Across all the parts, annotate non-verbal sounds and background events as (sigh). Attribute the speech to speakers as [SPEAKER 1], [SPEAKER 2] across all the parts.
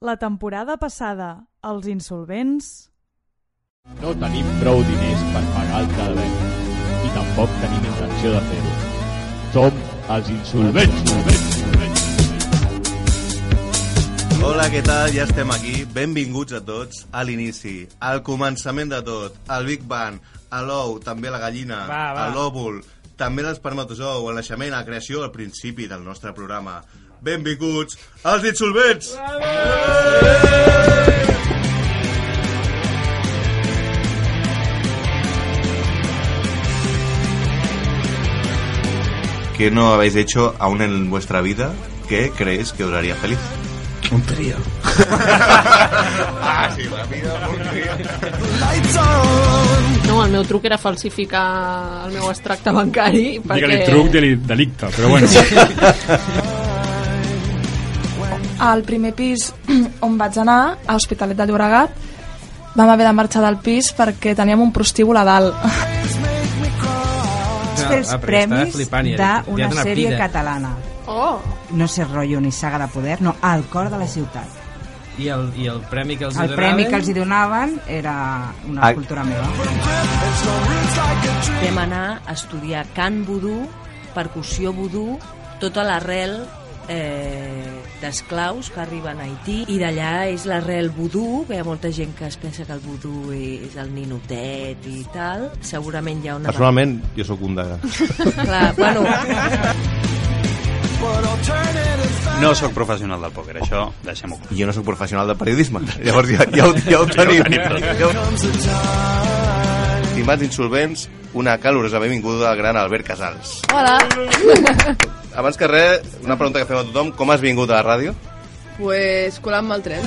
[SPEAKER 1] La temporada passada, els insolvents...
[SPEAKER 2] No tenim prou diners per pagar el calent i tampoc tenim intenció de fer-ho. Som els insolvents. insolvents, insolvents.
[SPEAKER 3] Hola, què tal? Ja estem aquí. Benvinguts a tots a l'inici, al començament de tot, al Big Bang, a l'ou, també a la gallina,
[SPEAKER 4] Va, va.
[SPEAKER 3] a l'òvul, també l'espermatozou, al naixement, a la creació, al principi del nostre programa. Benvinguts als insolvents! ¿Qué no habéis hecho aún en vuestra vida que creéis que os haría feliz?
[SPEAKER 5] Un trío.
[SPEAKER 3] Ah, sí, rápido,
[SPEAKER 6] No, el meu truc era falsificar el meu extracte bancari perquè...
[SPEAKER 4] Digue-li truc de delicte, però
[SPEAKER 7] (laughs)
[SPEAKER 4] bueno.
[SPEAKER 8] al primer pis (clears throat) on vaig anar, a Hospitalet de Llobregat, vam haver de marxar del pis perquè teníem un prostíbul a dalt. (laughs)
[SPEAKER 5] No,
[SPEAKER 9] els
[SPEAKER 5] ah, perquè estava
[SPEAKER 9] premis
[SPEAKER 5] flipant i era- li
[SPEAKER 9] d'una
[SPEAKER 5] ha donat
[SPEAKER 9] sèrie
[SPEAKER 5] vida.
[SPEAKER 9] catalana.
[SPEAKER 6] Oh,
[SPEAKER 9] No sé rotllo ni saga de poder, no, al cor de la ciutat.
[SPEAKER 5] I el, i el premi que els
[SPEAKER 9] El
[SPEAKER 5] donaven...
[SPEAKER 9] premi que els hi donaven era una
[SPEAKER 3] Ah.
[SPEAKER 9] cultura meva.
[SPEAKER 10] Vam anar a estudiar cant vudú, percussió vudú, tota l'arrel eh, d'esclaus que arriben a Haití i d'allà és l'arrel vudú que hi ha molta gent que es pensa que el vudú és el ninotet i tal segurament hi ha una...
[SPEAKER 3] Personalment, jo sóc un de...
[SPEAKER 10] Clar, bueno,
[SPEAKER 7] No sóc professional del pòquer, això deixem-ho clar.
[SPEAKER 3] Jo no sóc professional de periodisme, llavors ja, ja, ho, ja ho tenim. Ja ho... Estimats insolvents, una calorosa benvinguda al gran Albert Casals.
[SPEAKER 6] hola.
[SPEAKER 3] Abans que res, una pregunta que fem a tothom, com has vingut a la ràdio?
[SPEAKER 6] Pues colant-me el tren.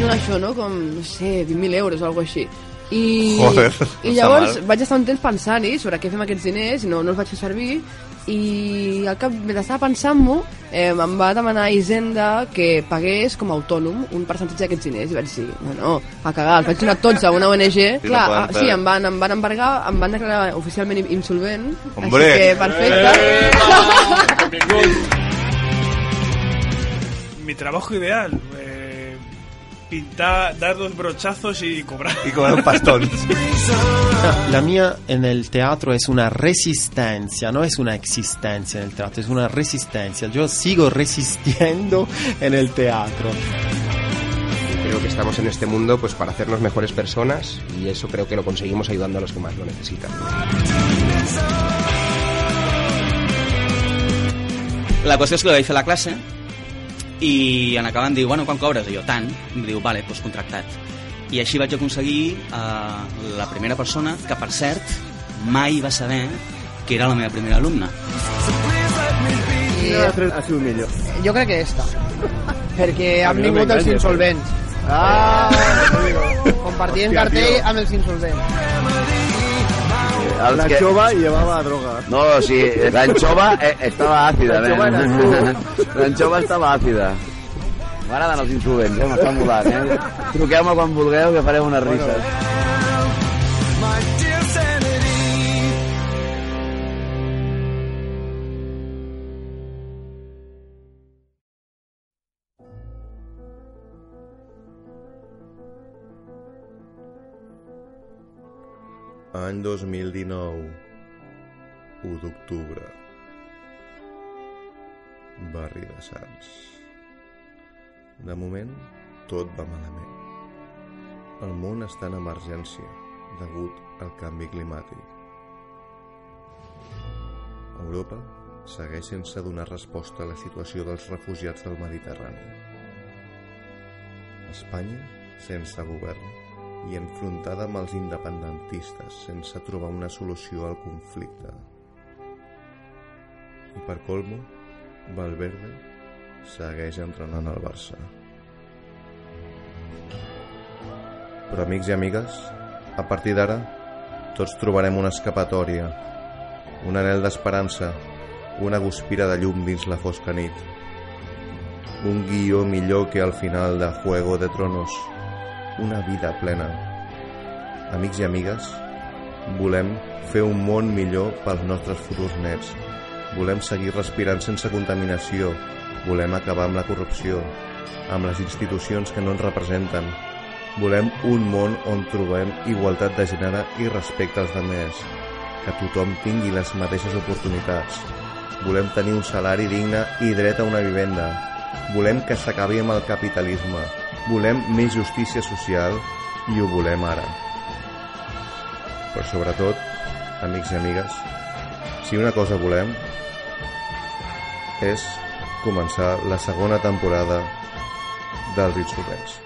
[SPEAKER 6] No això, no? Com, no sé, 20.000 euros o alguna així. I,
[SPEAKER 3] Joder,
[SPEAKER 6] i
[SPEAKER 3] està
[SPEAKER 6] llavors
[SPEAKER 3] mal.
[SPEAKER 6] vaig estar un temps pensant-hi sobre què fem aquests diners i no, no els vaig fer servir i al cap, mentre estava pensant-m'ho eh, em va demanar Hisenda que pagués com a autònom un percentatge d'aquests diners i vaig dir, no, no, a cagar els vaig donar tots a una ONG sí,
[SPEAKER 3] no
[SPEAKER 6] clar,
[SPEAKER 3] poden
[SPEAKER 6] ah,
[SPEAKER 3] fer.
[SPEAKER 6] sí, em van, em van embargar em van declarar oficialment insolvent
[SPEAKER 3] Hombre.
[SPEAKER 6] així que perfecte
[SPEAKER 11] Mi trabajo ideal, eh, pintar, dar dos brochazos y cobrar.
[SPEAKER 9] (laughs)
[SPEAKER 3] I com un pastón.
[SPEAKER 5] La mía en el teatro es una resistencia, no es una existencia en el teatro, es una resistencia. Yo sigo resistiendo en el teatro.
[SPEAKER 7] Creo que estamos en este mundo pues para hacernos mejores personas y eso creo que lo conseguimos ayudando a los que más lo necesitan. La qüestió és que la vaig fer a la classe i en acabar em diu, bueno, quan cobres? I jo, tant. Em diu, vale, doncs contractat. I així vaig aconseguir eh, la primera persona que, per cert, mai va saber que era la meva primera alumna.
[SPEAKER 6] I Jo crec que esta. Perquè han vingut els insolvents. Ah, compartien cartell amb els insolvents.
[SPEAKER 3] La chova llevaba droga. No, sí, la anchova eh, estava àcida. La anchova, estava àcida. M'agraden els insolvents, eh? m'estan volant. Eh? Truqueu-me quan vulgueu que farem unes risses. Any 2019, 1 d'octubre, barri de Sants. De moment, tot va malament. El món està en emergència degut al canvi climàtic. Europa segueix sense donar resposta a la situació dels refugiats del Mediterrani. Espanya sense govern i enfrontada amb els independentistes sense trobar una solució al conflicte. I per colmo, Valverde segueix entrenant al Barça. Però amics i amigues, a partir d'ara tots trobarem una escapatòria, un anel d'esperança, una guspira de llum dins la fosca nit, un guió millor que al final de Juego de Tronos una vida plena. Amics i amigues, volem fer un món millor pels nostres futurs nets. Volem seguir respirant sense contaminació. Volem acabar amb la corrupció. amb les institucions que no ens representen. Volem un món on trobem igualtat de gènere i respecte als demés, que tothom tingui les mateixes oportunitats. Volem tenir un salari digne i dret a una vivenda. Volem que s'acabi amb el capitalisme. Volem més justícia social i ho volem ara. Però sobretot, amics i amigues, si una cosa volem és començar la segona temporada dels Insolvents.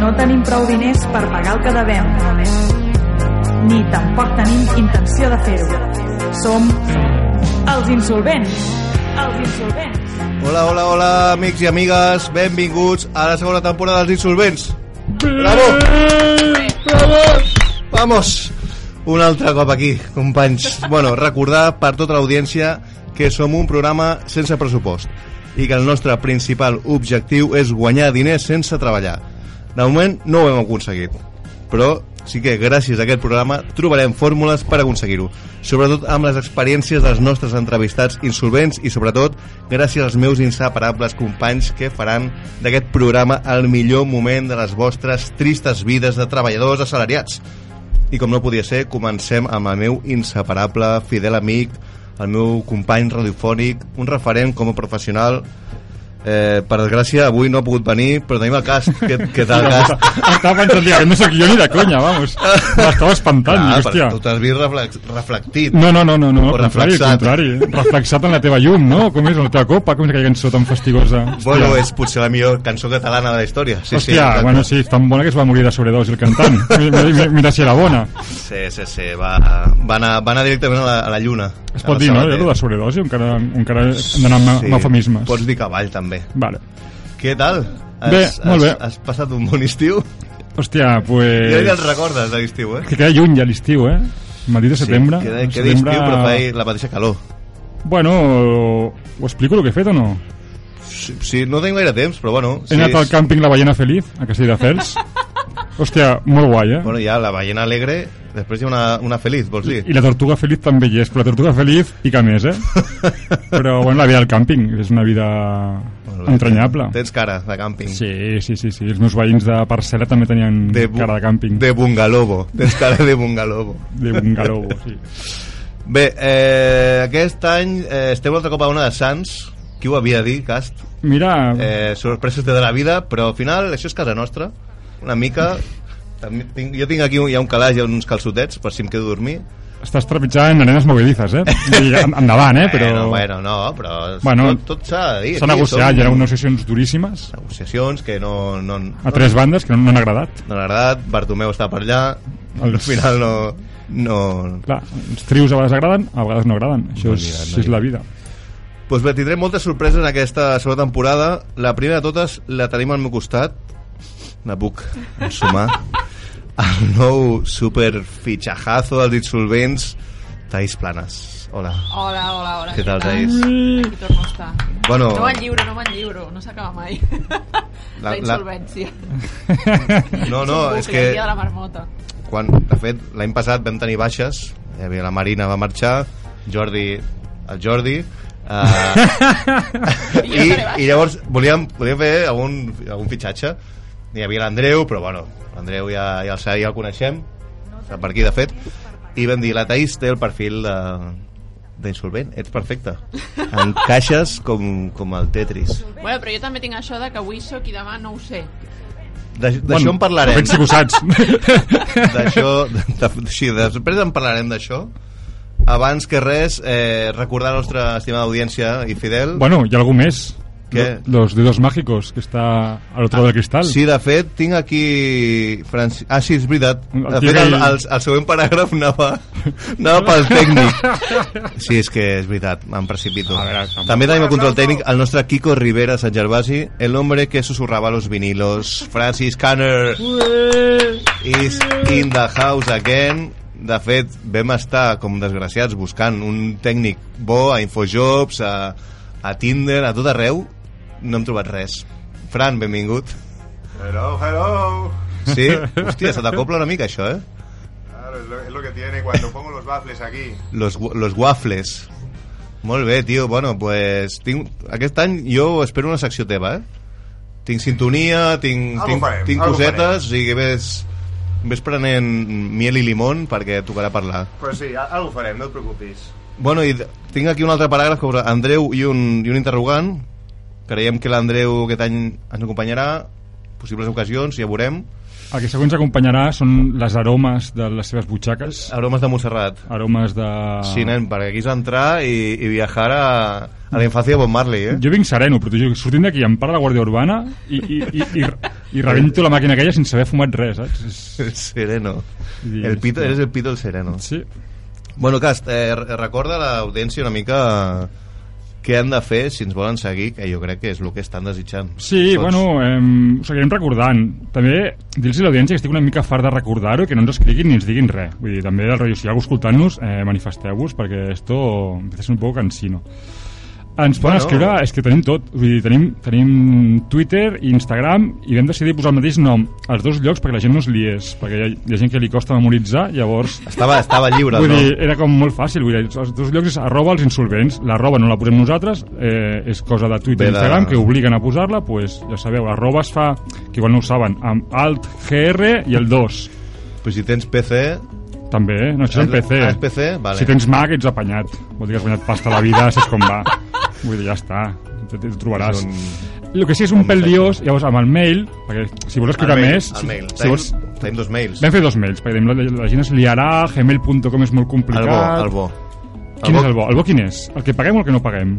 [SPEAKER 1] No tenim prou diners per pagar el que devem. Ni tampoc tenim intenció de fer-ho. Som els insolvents. Els insolvents.
[SPEAKER 3] Hola, hola, hola, amics i amigues, benvinguts a la segona temporada dels Insolvents. Bravo! Bravo! Vamos! Un altre cop aquí, companys. Bueno, recordar per tota l'audiència que som un programa sense pressupost i que el nostre principal objectiu és guanyar diners sense treballar. De moment no ho hem aconseguit, però sí que gràcies a aquest programa trobarem fórmules per aconseguir-ho, sobretot amb les experiències dels nostres entrevistats insolvents i sobretot gràcies als meus inseparables companys que faran d'aquest programa el millor moment de les vostres tristes vides de treballadors assalariats. I com no podia ser, comencem amb el meu inseparable, fidel amic, el meu company radiofònic, un referent com a professional, Eh, per desgràcia, avui no ha pogut venir, però tenim el cas. Què, què
[SPEAKER 9] (laughs)
[SPEAKER 3] tal, cas?
[SPEAKER 9] Estava pensant, tio, que no sóc jo ni de conya, vamos. M'estava espantant,
[SPEAKER 3] Clar,
[SPEAKER 9] ah,
[SPEAKER 3] però
[SPEAKER 9] hòstia.
[SPEAKER 3] tu t'has vist reflex, reflectit.
[SPEAKER 9] No, no, no, no, no,
[SPEAKER 3] O
[SPEAKER 9] al contrari, al
[SPEAKER 3] reflexat.
[SPEAKER 9] contrari. eh. Reflexat en la teva llum, no? Com és, en la teva copa, com és aquella cançó tan fastigosa. Hòstia.
[SPEAKER 3] Bueno, és potser la millor cançó catalana de la història. Sí, sí,
[SPEAKER 9] Hòstia,
[SPEAKER 3] exacte.
[SPEAKER 9] bueno, sí, és tan bona que es va morir de sobredosi el cantant. Mira, mira, mira si era bona.
[SPEAKER 3] Sí, sí, sí, va, va, anar, va anar directament a la, a la lluna.
[SPEAKER 9] Es pot dir, no? Allò de sobredosi, encara, encara hem d'anar amb eufemismes.
[SPEAKER 3] Pots dir cavall, també.
[SPEAKER 9] Vale.
[SPEAKER 3] Què tal?
[SPEAKER 9] Bé, molt bé.
[SPEAKER 3] Has, has passat un bon estiu?
[SPEAKER 9] Hòstia, pues...
[SPEAKER 3] Jo ja el recordes, de l'estiu, eh?
[SPEAKER 9] Eh, Que queda lluny ja l'estiu, eh? Maldito setembre.
[SPEAKER 3] Sí, queda, queda
[SPEAKER 9] setembre...
[SPEAKER 3] estiu, però fa la mateixa calor.
[SPEAKER 9] Bueno, ho explico el que he fet o no?
[SPEAKER 3] Sí, sí, no tenim gaire temps, però bueno...
[SPEAKER 9] He
[SPEAKER 3] Sí,
[SPEAKER 9] anat al càmping La Ballena Feliz, a Castell de
[SPEAKER 3] (laughs)
[SPEAKER 9] Fels. Hòstia, molt guai, eh?
[SPEAKER 3] Bueno, hi ha la ballena alegre, després hi ha una, una feliç, vols dir?
[SPEAKER 9] I la tortuga feliç també hi és, però la tortuga feliç pica més,
[SPEAKER 3] (laughs)
[SPEAKER 9] eh? Però, bueno, la vida del càmping és una vida
[SPEAKER 3] bé,
[SPEAKER 9] entranyable.
[SPEAKER 3] Tens cara de càmping.
[SPEAKER 9] Sí, sí, sí, sí. Els meus veïns de parcel·la també tenien
[SPEAKER 3] De bu-
[SPEAKER 9] cara de càmping.
[SPEAKER 3] De bungalobo. Tens cara de bungalobo.
[SPEAKER 9] De
[SPEAKER 3] (laughs)
[SPEAKER 9] bungalobo, sí.
[SPEAKER 3] Bé, eh, aquest any eh, estem un altre cop a una de Sants. Qui ho havia dit, Cast?
[SPEAKER 9] Mira,
[SPEAKER 3] Eh, sorpreses de la vida, però al final això és casa nostra. Una mica... També Tinc, jo tinc aquí un, hi ha un calaix, hi ha uns calçotets, per si em quedo a dormir.
[SPEAKER 9] estàs trepitjant arenes movedizes, eh? Vull dir, en- Endavant, eh? Però...
[SPEAKER 3] (laughs) Bueno, bueno, no, però
[SPEAKER 9] Bueno,
[SPEAKER 3] tot, tot s'ha de dir.
[SPEAKER 9] S'ha
[SPEAKER 3] aquí
[SPEAKER 9] negociat,
[SPEAKER 3] som
[SPEAKER 9] hi ha negociacions duríssimes
[SPEAKER 3] Negociacions que no... no
[SPEAKER 9] a tres bandes que no, no han agradat.
[SPEAKER 3] No l'ha agradat, Bartomeu està per allà, al
[SPEAKER 9] Els-
[SPEAKER 3] final no... no...
[SPEAKER 9] Clar, els trios a vegades agraden, a vegades no agraden. Això
[SPEAKER 3] No
[SPEAKER 9] és,
[SPEAKER 3] diran, no
[SPEAKER 9] és la vida.
[SPEAKER 3] Doncs bé, tindrem moltes sorpreses en aquesta segona temporada. La primera de totes la tenim al meu costat. La puc ensumar. El nou superfitxajazo dels insolvents, Taís Planes. Hola.
[SPEAKER 10] Hola, hola, hola.
[SPEAKER 3] Què tal,
[SPEAKER 10] tal?
[SPEAKER 3] Thaís?
[SPEAKER 10] Aquí torno a estar.
[SPEAKER 3] Bueno.
[SPEAKER 10] No me'n lliuro, no me'n lliuro. No s'acaba mai. La,
[SPEAKER 3] La- la-
[SPEAKER 10] la insolvència.
[SPEAKER 3] No, no,
[SPEAKER 10] un
[SPEAKER 3] és
[SPEAKER 10] bucle,
[SPEAKER 3] que-
[SPEAKER 10] el dia de la marmota.
[SPEAKER 3] Quan, de fet, l'any passat vam tenir baixes. Hi havia la Marina va marxar, Jordi... El Jordi... Uh, i, I llavors volíem, volíem fer algun, algun fitxatge. Hi havia l'Andreu, però bueno, l'Andreu ja, ja, el, sa- ja el coneixem. Està per aquí, de fet. I vam dir, la Thaís té el perfil de, d'insolvent, ets perfecte. Encaixes com, com el Tetris.
[SPEAKER 6] Bueno, però jo també tinc això de que avui sóc i demà no ho sé.
[SPEAKER 3] D'això bueno, en parlarem.
[SPEAKER 9] Veig si
[SPEAKER 3] (laughs)
[SPEAKER 9] ho saps.
[SPEAKER 3] D'això, de- sí, després en parlarem d'això. Abans que res, eh, recordar a la nostra estimada audiència i fidel...
[SPEAKER 9] Bueno, hi ha algú més.
[SPEAKER 3] Què? Ah,
[SPEAKER 9] Los dedos mágicos, que està a l'altre lado del cristal.
[SPEAKER 3] Sí, de fet, tinc aquí... Franci... Ah, sí, és veritat. De
[SPEAKER 9] tio
[SPEAKER 3] fet, el,
[SPEAKER 9] aquell-
[SPEAKER 3] el, el següent paràgraf anava, anava (laughs) pel tècnic. Sí, és que és veritat, em precipito. També tenim el control tècnic el nostre Kiko Rivera Sant Gervasi, el hombre que susurraba los vinilos, Francis Canner is in the house again. De fet, vam estar com desgraciats buscant un tècnic bo a Infojobs, a, a Tinder, a tot arreu. No hem trobat res. Fran, benvingut.
[SPEAKER 12] Hello, hello.
[SPEAKER 3] Sí? Hòstia, se t'acopla una mica això, eh?
[SPEAKER 12] Claro, es lo, es lo que tiene cuando pongo los baffles aquí.
[SPEAKER 3] Los, gu- los waffles. Molt bé, tio. Bueno, pues, tinc... aquest any jo espero una secció teva, eh? Tinc sintonia, tinc,
[SPEAKER 12] Algo
[SPEAKER 3] tinc,
[SPEAKER 12] farem,
[SPEAKER 3] tinc
[SPEAKER 12] algo farem.
[SPEAKER 3] cosetes, o sigui, ves, ves prenent miel i limón perquè tocarà parlar.
[SPEAKER 12] Pues sí, a- algo farem, no et preocupis.
[SPEAKER 3] Bueno, i d- tinc aquí un altre paràgraf sobre Andreu i un, i un interrogant. Creiem que l'Andreu aquest any ens acompanyarà, possibles ocasions, ja veurem.
[SPEAKER 9] El que segons acompanyarà són les aromes de les seves butxaques.
[SPEAKER 3] Aromes de Montserrat.
[SPEAKER 9] Aromes de...
[SPEAKER 3] Sí, nen, perquè aquí és entrar i, i viajar a, a la infància de Bob Marley, eh?
[SPEAKER 9] Jo vinc sereno, però jo sortint d'aquí em para la Guàrdia Urbana i, i, i, i, i rebento la màquina aquella sense haver fumat res, saps? És...
[SPEAKER 3] (laughs) El sereno.
[SPEAKER 9] I-
[SPEAKER 3] El pito, eres el pito el sereno.
[SPEAKER 9] Sí.
[SPEAKER 3] Bueno, Cast, eh, re- recorda a l'audiència una mica què han de fer si ens volen seguir, que jo crec que és el que estan desitjant.
[SPEAKER 9] Sí, bueno, eh, ho seguirem recordant. També dir-los a l'audiència que estic una mica fart de recordar-ho i que no ens escriguin ni ens diguin res. Vull dir, també del rotllo, si hi ha algú escoltant-nos, eh, manifesteu-vos perquè esto empieza a ser un poco cansino. Ens
[SPEAKER 3] Bueno.
[SPEAKER 9] poden bueno. escriure, és que tenim tot. Vull dir, tenim, tenim Twitter i Instagram i vam decidir posar el mateix nom als dos llocs perquè la gent no es liés, perquè hi ha, hi ha gent que li costa memoritzar, llavors...
[SPEAKER 3] Estava- estava lliure,
[SPEAKER 9] (laughs) vull
[SPEAKER 3] no?
[SPEAKER 9] dir, era com molt fàcil, vull dir, els dos llocs és arroba els insolvents, l'arroba no la posem nosaltres, eh, és cosa de Twitter
[SPEAKER 3] Ve
[SPEAKER 9] i
[SPEAKER 3] de-
[SPEAKER 9] Instagram que obliguen a posar-la, pues, ja sabeu, arroba es fa, que igual no ho saben, amb alt GR i el 2.
[SPEAKER 3] Pues si tens PC...
[SPEAKER 9] També, eh, no, això és en
[SPEAKER 3] Ah,
[SPEAKER 9] PC.
[SPEAKER 3] ah, és PC? Vale.
[SPEAKER 9] Si tens Mac ets apanyat. Vol dir que has guanyat pasta a la vida, saps com va. Vull dir, ja està, te, te trobaràs.
[SPEAKER 3] És
[SPEAKER 9] Un... El que sí és un pèl diós, llavors amb el mail, perquè si vols escriure
[SPEAKER 3] El mail,
[SPEAKER 9] més...
[SPEAKER 3] el
[SPEAKER 9] si-
[SPEAKER 3] mail.
[SPEAKER 9] Si, vols...
[SPEAKER 3] Tenim- tenim dos mails.
[SPEAKER 9] Vam fer dos mails, perquè la, la, la gent es liarà, gmail.com és molt complicat...
[SPEAKER 3] El bo, el bo.
[SPEAKER 9] Quin
[SPEAKER 3] El
[SPEAKER 9] és
[SPEAKER 3] bo-
[SPEAKER 9] el bo? El bo quin és? El que paguem o el que no paguem?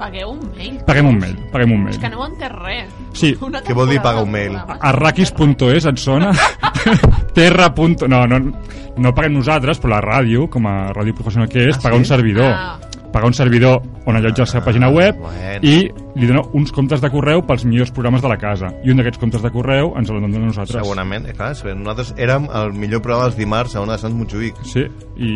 [SPEAKER 6] Pagueu un mail.
[SPEAKER 9] Paguem un mail, paguem un mail.
[SPEAKER 6] És que no ho entenc res.
[SPEAKER 9] Sí.
[SPEAKER 6] Una
[SPEAKER 9] Què vol dir
[SPEAKER 6] temporada
[SPEAKER 9] pagar un mail?
[SPEAKER 6] de programa.
[SPEAKER 9] Arraquis.es et
[SPEAKER 6] (laughs)
[SPEAKER 9] sona? Terra. punto- No, no, no paguem nosaltres, però la ràdio, com a ràdio professional que és,
[SPEAKER 3] Ah, sí?
[SPEAKER 9] paga un servidor.
[SPEAKER 3] Ah.
[SPEAKER 9] Paga un servidor on allotja la seva pàgina web
[SPEAKER 3] bueno.
[SPEAKER 9] i li dona uns comptes de correu pels millors programes de la casa. I un d'aquests comptes de correu ens l'han donat nosaltres.
[SPEAKER 3] Segurament, eh, clar, és- nosaltres érem el millor programa els dimarts a una de Sants Montjuïc.
[SPEAKER 9] Sí, i,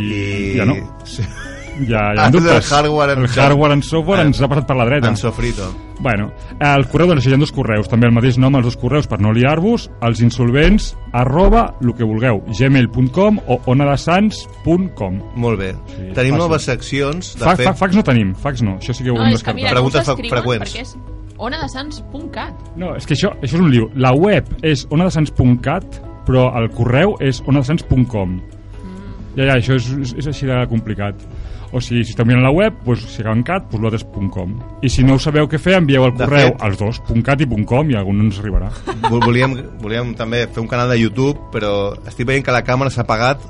[SPEAKER 9] I... ja no.
[SPEAKER 3] (laughs) Sí. Ah,
[SPEAKER 9] Ja, ja en dubtes.
[SPEAKER 3] El hardware en, Ah,
[SPEAKER 9] el hardware en software ens ha passat per la dreta.
[SPEAKER 3] En sofrito.
[SPEAKER 9] Bueno, el correu, doncs, hi ha dos correus, també el mateix nom als dos correus per no liar-vos, els insolvents, arroba, el que vulgueu, gmail.com o onadesans.com.
[SPEAKER 3] Molt bé. Sí, Tenim noves seccions, de
[SPEAKER 9] Fax,
[SPEAKER 3] fet-
[SPEAKER 9] fax, fax no tenim, fax no, això sí que ho
[SPEAKER 6] No,
[SPEAKER 9] hem
[SPEAKER 6] és que mira,
[SPEAKER 9] descartat.
[SPEAKER 6] no us escriuen perquè és onadesans.cat.
[SPEAKER 9] No, és que això, això és un lío. La web és onadesans.cat, però el correu és
[SPEAKER 6] Mm.
[SPEAKER 9] onadesans.com. Ja, ja, això és, és, és així de complicat. O sigui, si esteu mirant la web, doncs, si acaben cat, doncs l'altre és punt .com. I si no ho sabeu què fer, envieu el
[SPEAKER 3] De
[SPEAKER 9] correu
[SPEAKER 3] fet-
[SPEAKER 9] als dos, punt .cat i punt .com, i algun no ens arribarà.
[SPEAKER 3] Vol- volíem, volíem també fer un canal de YouTube, però estic veient que la càmera s'ha apagat,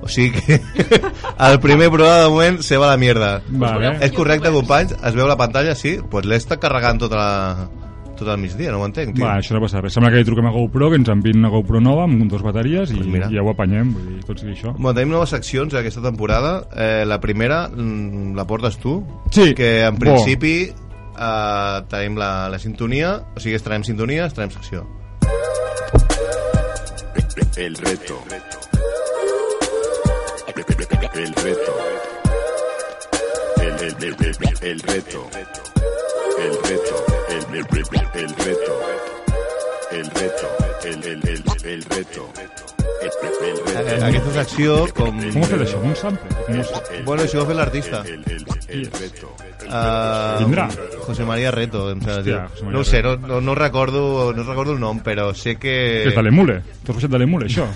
[SPEAKER 3] o sigui que (laughs) el primer programa de moment se va a la mierda.
[SPEAKER 9] Vale.
[SPEAKER 3] És correcte, companys? Es veu la pantalla? Sí? Doncs pues l'he estat carregant tota la, tot el migdia, no ho entenc, tio.
[SPEAKER 9] Va, això no passa res. Sembla que li truquem a GoPro, que ens enviïn una GoPro nova amb dos bateries i, pues ja ho apanyem, vull dir, tot sigui això.
[SPEAKER 3] Bueno, tenim noves seccions aquesta temporada. Eh, la primera mm, la portes tu.
[SPEAKER 9] Sí.
[SPEAKER 3] Que en
[SPEAKER 9] Bo.
[SPEAKER 3] principi eh, tenim la, la sintonia, o sigui, estrenem sintonia, estrenem secció.
[SPEAKER 13] El reto. El reto. El, el, el, el, el reto. El reto. El, el, el, el reto. El reto. El, el, el, el reto. El, el, el,
[SPEAKER 3] Eh, Aquesta secció, com...
[SPEAKER 9] Com ho fet això? Un sample? No sé.
[SPEAKER 3] Bueno, això ho ha fet l'artista.
[SPEAKER 13] el reto.
[SPEAKER 3] Uh,
[SPEAKER 9] Tindrà?
[SPEAKER 3] José María Reto, em sembla.
[SPEAKER 9] Hòstia,
[SPEAKER 3] Hòstia,
[SPEAKER 9] José María
[SPEAKER 3] no ho sé, no, no, no, recordo, no recordo el nom, però sé que... (laughs)
[SPEAKER 9] Que és de l'Emule. T'ho has baixat de l'Emule, això?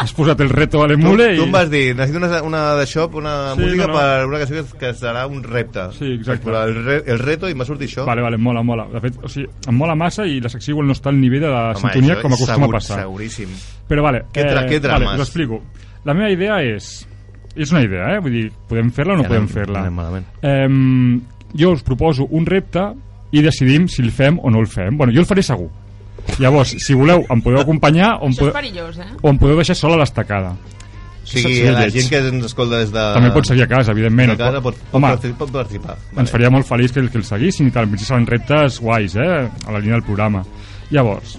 [SPEAKER 9] Has posat el reto a l'emule
[SPEAKER 3] tu,
[SPEAKER 9] i...
[SPEAKER 3] tu em vas dir, necessito una, una de shop, una
[SPEAKER 9] Sí,
[SPEAKER 3] música
[SPEAKER 9] no, no.
[SPEAKER 3] per una cançó que, que serà un repte. Sí,
[SPEAKER 9] exacte.
[SPEAKER 3] El, re, el reto i m'ha sortit això.
[SPEAKER 9] Vale, vale, em mola, em mola. De fet, o sigui, em mola massa i la secció igual no està al nivell de la
[SPEAKER 3] Home,
[SPEAKER 9] sintonia
[SPEAKER 3] això
[SPEAKER 9] com
[SPEAKER 3] és
[SPEAKER 9] acostuma
[SPEAKER 3] segur-
[SPEAKER 9] a passar.
[SPEAKER 3] seguríssim.
[SPEAKER 9] Però vale, eh,
[SPEAKER 3] Què tra- què
[SPEAKER 9] vale,
[SPEAKER 3] drames?
[SPEAKER 9] us explico. La meva idea és... És una idea, eh? Vull dir, podem fer-la o no
[SPEAKER 3] Ja
[SPEAKER 9] podem
[SPEAKER 3] anem-
[SPEAKER 9] fer-la.
[SPEAKER 3] anem malament.
[SPEAKER 9] Eh, jo us proposo un repte i decidim si el fem o no el fem. Bueno, jo el faré segur. Llavors, si voleu, em podeu acompanyar o
[SPEAKER 6] Això
[SPEAKER 9] em,
[SPEAKER 6] és
[SPEAKER 9] podeu,
[SPEAKER 6] perillós, eh?
[SPEAKER 9] o em podeu deixar sola a l'estacada.
[SPEAKER 3] O sigui, la gent que ens escolta des de...
[SPEAKER 9] També pot seguir a casa, evidentment.
[SPEAKER 3] Ah. A casa pot, pot,
[SPEAKER 9] Home.
[SPEAKER 3] participar, pot participar.
[SPEAKER 9] Ens faria molt feliç que, el- que el seguissin i tal. Potser seran reptes guais, eh? A la línia del programa. Llavors...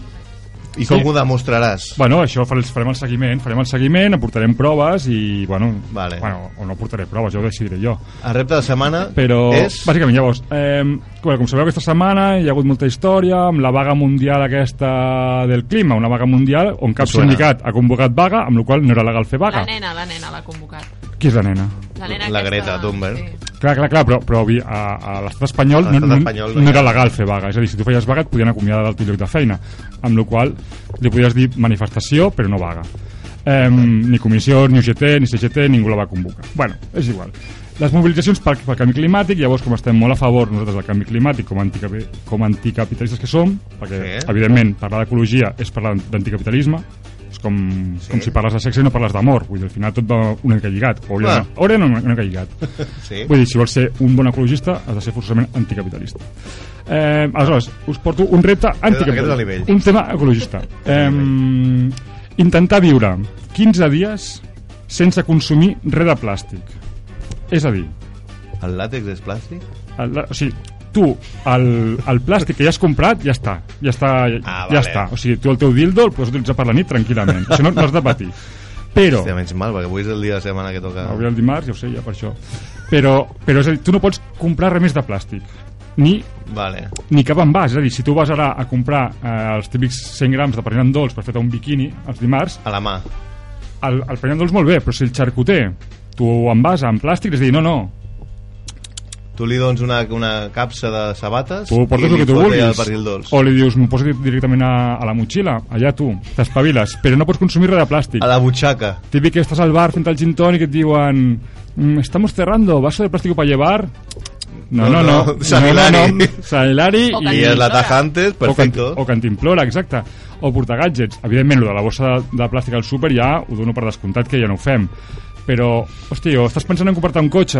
[SPEAKER 3] I com ho demostraràs?
[SPEAKER 9] Bueno, això fa- els farem el seguiment, farem el seguiment, aportarem proves i, bueno, vale. bueno o no aportaré proves, ja ho decidiré jo.
[SPEAKER 3] El repte de setmana
[SPEAKER 9] Però,
[SPEAKER 3] és-
[SPEAKER 9] bàsicament, llavors, eh, bueno, com sabeu, aquesta setmana hi ha hagut molta història amb la vaga mundial aquesta del clima, una vaga mundial on cap
[SPEAKER 3] Em suena.
[SPEAKER 9] sindicat ha convocat vaga, amb la qual cosa no era legal fer
[SPEAKER 6] La
[SPEAKER 9] vaga.
[SPEAKER 6] nena, la nena l'ha convocat.
[SPEAKER 9] Qui és la nena?
[SPEAKER 6] La nena
[SPEAKER 3] La
[SPEAKER 6] aquesta-
[SPEAKER 3] Greta Thunberg.
[SPEAKER 9] Clar, clar, clar, però, però vi- a, a l'estat espanyol,
[SPEAKER 3] A
[SPEAKER 9] no,
[SPEAKER 3] l'estat
[SPEAKER 9] no,
[SPEAKER 3] espanyol no
[SPEAKER 9] no
[SPEAKER 3] hi ha.
[SPEAKER 9] era legal fer vaga. És a dir, si tu feies vaga et podien acomiadar del teu lloc de feina, amb la qual cosa li podies dir manifestació, però no vaga. Eh, ni comissió, ni UGT, ni CGT, ningú la va convocar. Bueno, és igual. Les mobilitzacions pel, pel canvi climàtic, llavors, com estem molt a favor nosaltres del canvi climàtic, com, anticapi, com anticapitalistes que som, perquè,
[SPEAKER 3] Sí.
[SPEAKER 9] sí. evidentment, parlar d'ecologia és parlar d'anticapitalisme, és com,
[SPEAKER 3] Sí.
[SPEAKER 9] sí. com si parles de sexe i no parles d'amor. Vull dir, al final tot va una mica lligat. O
[SPEAKER 3] Clar.
[SPEAKER 9] hauria, ah. hauria una, una mica
[SPEAKER 3] (laughs)
[SPEAKER 9] lligat.
[SPEAKER 3] Sí.
[SPEAKER 9] Vull dir, si vols ser un bon ecologista, has de ser forçament anticapitalista. Eh, aleshores, us porto un repte
[SPEAKER 3] aquest és el
[SPEAKER 9] anticapitalista.
[SPEAKER 3] nivell.
[SPEAKER 9] Un tema ecologista. Eh, intentar viure 15 dies sense consumir res de plàstic. És a dir,
[SPEAKER 3] El làtex és plàstic?
[SPEAKER 9] el, o sigui, tu, el, el plàstic que ja has comprat, ja està. Ja està, ja,
[SPEAKER 3] Ah, vale.
[SPEAKER 9] ja està. O sigui, tu el teu dildo el pots utilitzar per la nit tranquil·lament. Això no, no has de patir. Però...
[SPEAKER 3] Hòstia, menys mal, perquè avui és el dia de setmana que toca...
[SPEAKER 9] Avui el dimarts, ja ho sé, ja per això. Però, però és a dir, tu no pots comprar res més de plàstic. Ni,
[SPEAKER 3] Vale.
[SPEAKER 9] ni cap envàs. És a dir, si tu vas ara a comprar eh, els típics 100 grams de pernil amb dolç per fer-te un biquini els dimarts...
[SPEAKER 3] A la mà.
[SPEAKER 9] El, el pernil amb dolç molt bé, però si el xarcuter tu ho envasa en plàstic, és a dir, no, no,
[SPEAKER 3] Tu li dones una, una capsa de sabates
[SPEAKER 9] Tu portes
[SPEAKER 3] i
[SPEAKER 9] el
[SPEAKER 3] li
[SPEAKER 9] que tu
[SPEAKER 3] fots allà
[SPEAKER 9] vulguis.
[SPEAKER 3] el pernil dolç.
[SPEAKER 9] O li dius, m'ho poso directament a, a la motxilla, allà tu, t'espaviles, però no pots consumir res de plàstic.
[SPEAKER 3] A la butxaca.
[SPEAKER 9] Típic que estàs al bar fent el gin tònic i et diuen "Mm, estamos cerrando, vaso de plástico para llevar... No,
[SPEAKER 3] No,
[SPEAKER 9] no, no.
[SPEAKER 3] no, San Hilari.
[SPEAKER 9] San Hilari
[SPEAKER 3] O I és la Tajantes, perfecto.
[SPEAKER 9] O, cant, o cantimplora, exacte. O portar gadgets. Evidentment, lo de la bossa de, de plàstic al súper ja ho dono per descomptat que ja no ho fem. Però, hòstia, o estàs pensant en comprar-te un cotxe?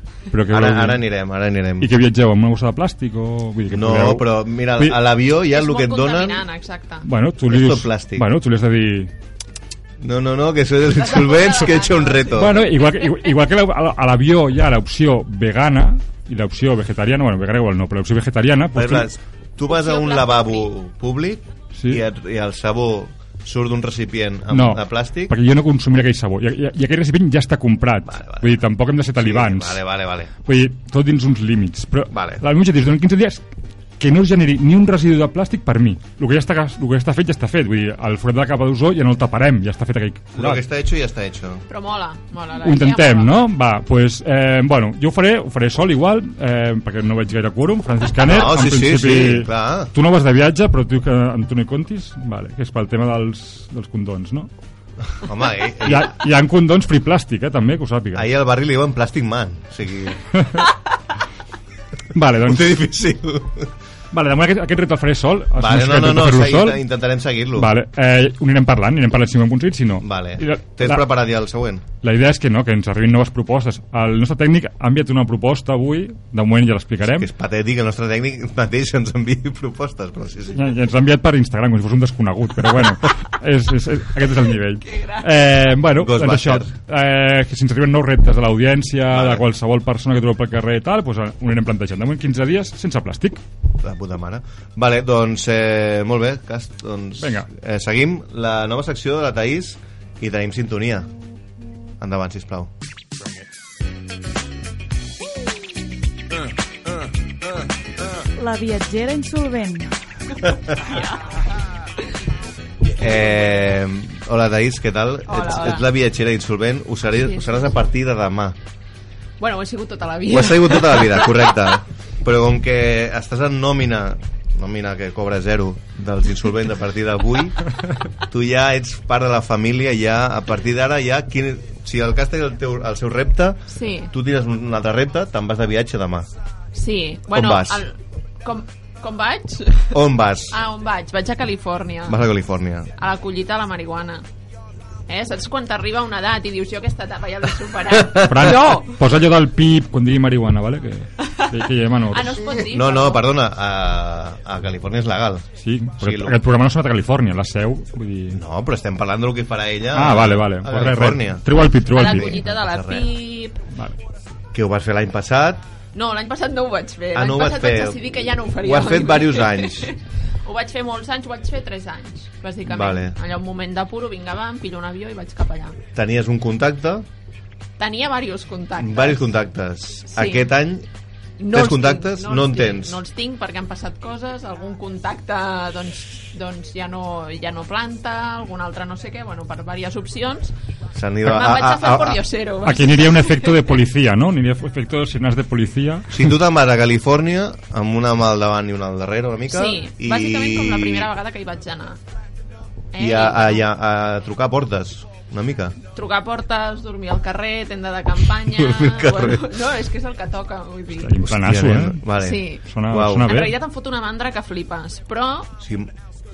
[SPEAKER 9] Però què
[SPEAKER 3] Ara-
[SPEAKER 9] voleu dir?
[SPEAKER 3] ara anirem, ara anirem.
[SPEAKER 9] I que viatgeu amb una bossa de plàstic o... Vull dir, que
[SPEAKER 3] No,
[SPEAKER 9] podeu...
[SPEAKER 3] però mira,
[SPEAKER 9] Vull dir-
[SPEAKER 3] a l'avió ja
[SPEAKER 6] És
[SPEAKER 3] el
[SPEAKER 6] molt
[SPEAKER 3] que et donen...
[SPEAKER 6] contaminant, exacte.
[SPEAKER 9] Bueno, tu li
[SPEAKER 3] És tot
[SPEAKER 9] dius...
[SPEAKER 3] plàstic.
[SPEAKER 9] Bueno, tu li has de dir...
[SPEAKER 3] No, no, no, que soy de los insolvents, que he hecho un reto.
[SPEAKER 9] Bueno, igual que, igual- igual que la- a la- a l'avió hi ha l'opció vegana i l'opció vegetariana, bueno, vegana igual no, però l'opció vegetariana...
[SPEAKER 3] Per
[SPEAKER 9] Pots fer-
[SPEAKER 3] exemple, tu vas a un lavabo públic sí. i, et, i el sabó surt d'un recipient amb,
[SPEAKER 9] no,
[SPEAKER 3] de plàstic.
[SPEAKER 9] perquè jo no consumiré aquell sabó. I, i, i aquell recipient ja està comprat. Vale, vale. Vull dir, tampoc hem de ser talibans.
[SPEAKER 3] Vale, vale, vale.
[SPEAKER 9] Vull dir, tot dins uns límits. Però vale. la mitja dius, durant 15 dies que no es generi ni un residu de plàstic per mi. El que ja està, gas- el que ja està fet ja està fet. Vull dir, el forat de la capa d'ozó ja no el taparem, ja està fet aquell
[SPEAKER 3] Lo
[SPEAKER 9] forat.
[SPEAKER 3] que está hecho ya está hecho.
[SPEAKER 6] Però mola, mola. La
[SPEAKER 9] Ho intentem, no? Va, pues, eh, bueno, jo ho faré, ho faré sol igual, eh, perquè no veig gaire quòrum.
[SPEAKER 3] (laughs)
[SPEAKER 9] Francis Caner,
[SPEAKER 3] No,
[SPEAKER 9] en
[SPEAKER 3] sí, sí,
[SPEAKER 9] principi...
[SPEAKER 3] sí, clar.
[SPEAKER 9] Tu no vas de viatge, però tu que amb tu no hi comptis? Vale, que és pel tema dels, dels condons, no?
[SPEAKER 3] Home,
[SPEAKER 9] (laughs)
[SPEAKER 3] eh,
[SPEAKER 9] Hi ha, hi ha condons free plàstic, eh, també, que ho sàpiga.
[SPEAKER 3] ahir al barri li diuen Plastic Man. O
[SPEAKER 9] (laughs)
[SPEAKER 3] sigui,
[SPEAKER 9] Vale, doncs...
[SPEAKER 3] Molt difícil.
[SPEAKER 9] Vale, demà aquest, aquest reto el faré sol. es
[SPEAKER 3] Vale,
[SPEAKER 9] necessita
[SPEAKER 3] no, no,
[SPEAKER 9] tot
[SPEAKER 3] no,
[SPEAKER 9] fer-lo
[SPEAKER 3] seguir- intentarem seguir-lo.
[SPEAKER 9] Vale, eh, ho anirem parlant, anirem parlant si m'ho hem aconseguit, si no.
[SPEAKER 3] vale.
[SPEAKER 9] I la-
[SPEAKER 3] Tens
[SPEAKER 9] la-
[SPEAKER 3] preparat ja el següent?
[SPEAKER 9] La idea és que no, que ens arribin noves propostes. El nostre tècnic ha enviat una proposta avui, de moment ja l'explicarem.
[SPEAKER 3] Que és patètic, el nostre tècnic mateix ens enviï propostes, però sí, sí.
[SPEAKER 9] Ja, ja ens l'ha enviat per Instagram, com si fos un desconegut, però
[SPEAKER 3] (laughs)
[SPEAKER 9] bueno, és, és, és, aquest és el nivell. Eh, bueno, doncs això,
[SPEAKER 3] Ghostbusters.
[SPEAKER 9] eh, que si ens arriben nous reptes de l'audiència, de qualsevol persona que trobeu pel carrer i tal, doncs ho anirem plantejant. De moment 15 dies sense plàstic.
[SPEAKER 3] La puta mare. Vale, doncs, eh, molt bé, Cast, doncs...
[SPEAKER 9] Vinga.
[SPEAKER 3] Eh, seguim la nova secció de la Taís i tenim sintonia. Endavant, sisplau.
[SPEAKER 1] La viatgera insolvent.
[SPEAKER 3] Eh, hola, Daís, què tal?
[SPEAKER 6] Hola,
[SPEAKER 3] ets,
[SPEAKER 6] hola.
[SPEAKER 3] ets la viatgera insolvent. Ho, seré,
[SPEAKER 6] Sí,
[SPEAKER 3] ho
[SPEAKER 6] sí,
[SPEAKER 3] seràs a partir de demà.
[SPEAKER 6] Bueno, ho he sigut tota la vida.
[SPEAKER 3] Ho has sigut tota la
[SPEAKER 6] (laughs)
[SPEAKER 3] vida, correcte. Però com que estàs en nòmina, nòmina que cobra zero dels insolvents a partir d'avui, tu ja ets part de la família, ja a partir d'ara ja... Quin, si el cas té el, teu, el seu repte,
[SPEAKER 6] Sí.
[SPEAKER 3] tu tires un altre repte, te'n vas de viatge demà.
[SPEAKER 6] Sí. Bueno,
[SPEAKER 3] On vas?
[SPEAKER 6] El, com, com vaig? (laughs)
[SPEAKER 3] On vas?
[SPEAKER 6] Ah, on vaig? Vaig a Califòrnia.
[SPEAKER 3] Vas a Califòrnia.
[SPEAKER 6] A la collita de la marihuana. Eh? Saps quan t'arriba una edat i dius jo aquesta etapa ja l'he superat?
[SPEAKER 3] (laughs)
[SPEAKER 9] Fran,
[SPEAKER 6] No!
[SPEAKER 9] posa allò del pip quan digui marihuana, vale? Que, que, que ja menors.
[SPEAKER 6] Ah, no es pot dir?
[SPEAKER 3] No, no, perdona, a, a Califòrnia és legal.
[SPEAKER 9] Sí,
[SPEAKER 3] o sigui,
[SPEAKER 9] Però
[SPEAKER 3] lo-
[SPEAKER 9] Aquest programa no s'ha anat a Califòrnia, la seu, vull dir...
[SPEAKER 3] No, però estem parlant del que farà ella
[SPEAKER 9] Ah, vale, vale.
[SPEAKER 3] a
[SPEAKER 9] Pues res, res.
[SPEAKER 3] Califòrnia.
[SPEAKER 9] Treu el pit, treu
[SPEAKER 6] A
[SPEAKER 9] el
[SPEAKER 6] la
[SPEAKER 9] pit.
[SPEAKER 6] collita de la
[SPEAKER 3] passa res.
[SPEAKER 6] pip...
[SPEAKER 3] Que ho vas fer l'any passat.
[SPEAKER 6] No, l'any passat no ho vaig fer.
[SPEAKER 3] Ah,
[SPEAKER 6] L'any
[SPEAKER 3] no ho vas
[SPEAKER 6] passat
[SPEAKER 3] fer.
[SPEAKER 6] vaig decidir que ja no ho faria.
[SPEAKER 3] Ho has fet diversos anys.
[SPEAKER 6] (laughs) ho vaig fer molts anys, ho vaig fer 3 anys, bàsicament.
[SPEAKER 3] Vale.
[SPEAKER 6] Allà un moment d'apuro, vinga, va, em pillo un avió i vaig cap allà.
[SPEAKER 3] Tenies un contacte,
[SPEAKER 6] Tenia diversos contactes.
[SPEAKER 3] diversos contactes.
[SPEAKER 6] Sí.
[SPEAKER 3] Aquest any
[SPEAKER 6] No
[SPEAKER 3] tens
[SPEAKER 6] els
[SPEAKER 3] contactes?
[SPEAKER 6] tinc,
[SPEAKER 3] No
[SPEAKER 6] els
[SPEAKER 3] en
[SPEAKER 6] tinc,
[SPEAKER 3] tens.
[SPEAKER 6] No els tinc perquè han passat coses, algun contacte doncs, doncs ja, no, ja no planta, algun altre no sé què, bueno, per diverses opcions.
[SPEAKER 3] S'han
[SPEAKER 6] Me'n vaig a fer por diosero.
[SPEAKER 9] Aquí aniria un efecto de policía, ¿no? Aniria un efecto de signas de policía.
[SPEAKER 3] Si tu te'n vas a Califòrnia amb una mà al davant i una al darrere una mica
[SPEAKER 6] Sí,
[SPEAKER 3] i,
[SPEAKER 6] bàsicament com la primera vegada que hi vaig anar. Eh?
[SPEAKER 3] i a, a, i a, a trucar portes una mica
[SPEAKER 6] Trucar a portes, dormir al carrer, tenda de campanya...
[SPEAKER 3] (laughs) Dormir al carrer.
[SPEAKER 6] Bueno, no, és que és el que toca, vull dir.
[SPEAKER 3] Hòstia,
[SPEAKER 9] planazo,
[SPEAKER 3] nen.
[SPEAKER 9] eh?
[SPEAKER 3] vale.
[SPEAKER 6] Sí.
[SPEAKER 9] Sona-
[SPEAKER 3] Uau.
[SPEAKER 9] sona
[SPEAKER 6] En realitat em fot una mandra que flipes, però
[SPEAKER 3] Sí,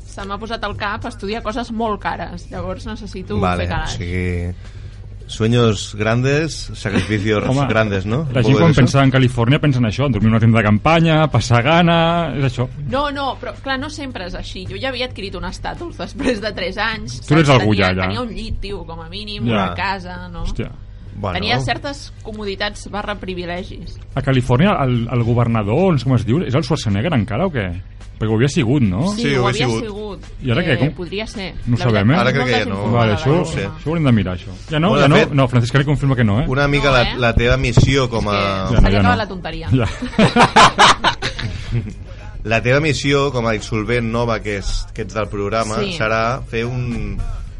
[SPEAKER 6] se m'ha posat al cap estudiar coses molt cares. Llavors necessito
[SPEAKER 3] vale,
[SPEAKER 6] fer
[SPEAKER 3] o
[SPEAKER 6] calaix.
[SPEAKER 3] sigui, sueños grandes, sacrificios
[SPEAKER 9] Home,
[SPEAKER 3] grandes, no?
[SPEAKER 9] La
[SPEAKER 3] Un
[SPEAKER 9] gent
[SPEAKER 3] poco
[SPEAKER 9] quan
[SPEAKER 3] d'això.
[SPEAKER 9] pensa en Califòrnia pensa en això, en dormir en una tenda de campanya, passar gana, és això.
[SPEAKER 6] No, no, però clar, no sempre és així. Jo ja havia adquirit un estatus després de 3 anys.
[SPEAKER 9] Tu eres
[SPEAKER 6] saps?
[SPEAKER 9] algú
[SPEAKER 6] tenia,
[SPEAKER 9] ja, ja.
[SPEAKER 6] Tenia un llit, tio, com a mínim,
[SPEAKER 9] Ja.
[SPEAKER 6] una casa, no?
[SPEAKER 9] Hòstia.
[SPEAKER 3] Bueno.
[SPEAKER 6] Tenia certes comoditats barra privilegis.
[SPEAKER 9] A Califòrnia el, el governador, no sé com es diu, és el Schwarzenegger encara o què? Perquè ho havia sigut, no?
[SPEAKER 6] Sí, ho, havia sigut.
[SPEAKER 9] I ara
[SPEAKER 6] Eh,
[SPEAKER 9] què? Com?
[SPEAKER 6] Podria ser.
[SPEAKER 9] No ho
[SPEAKER 6] La
[SPEAKER 9] sabem, eh?
[SPEAKER 6] veritat, molt desinformada,
[SPEAKER 9] Vale, això,
[SPEAKER 6] la
[SPEAKER 9] això
[SPEAKER 6] veritat.
[SPEAKER 9] ho haurem de mirar, això. Ja no?
[SPEAKER 3] Bueno,
[SPEAKER 9] ja
[SPEAKER 3] de
[SPEAKER 9] no?
[SPEAKER 3] fet-
[SPEAKER 9] No, Francesc, li confirma que no, eh?
[SPEAKER 3] Una mica la, la teva missió com a...
[SPEAKER 9] Ja no,
[SPEAKER 6] Se li
[SPEAKER 9] ja
[SPEAKER 6] acaba
[SPEAKER 9] no.
[SPEAKER 6] la tonteria.
[SPEAKER 9] Ja.
[SPEAKER 3] (laughs) La teva missió com a insolvent nova que, és, que ets del programa
[SPEAKER 6] Sí.
[SPEAKER 3] serà fer un,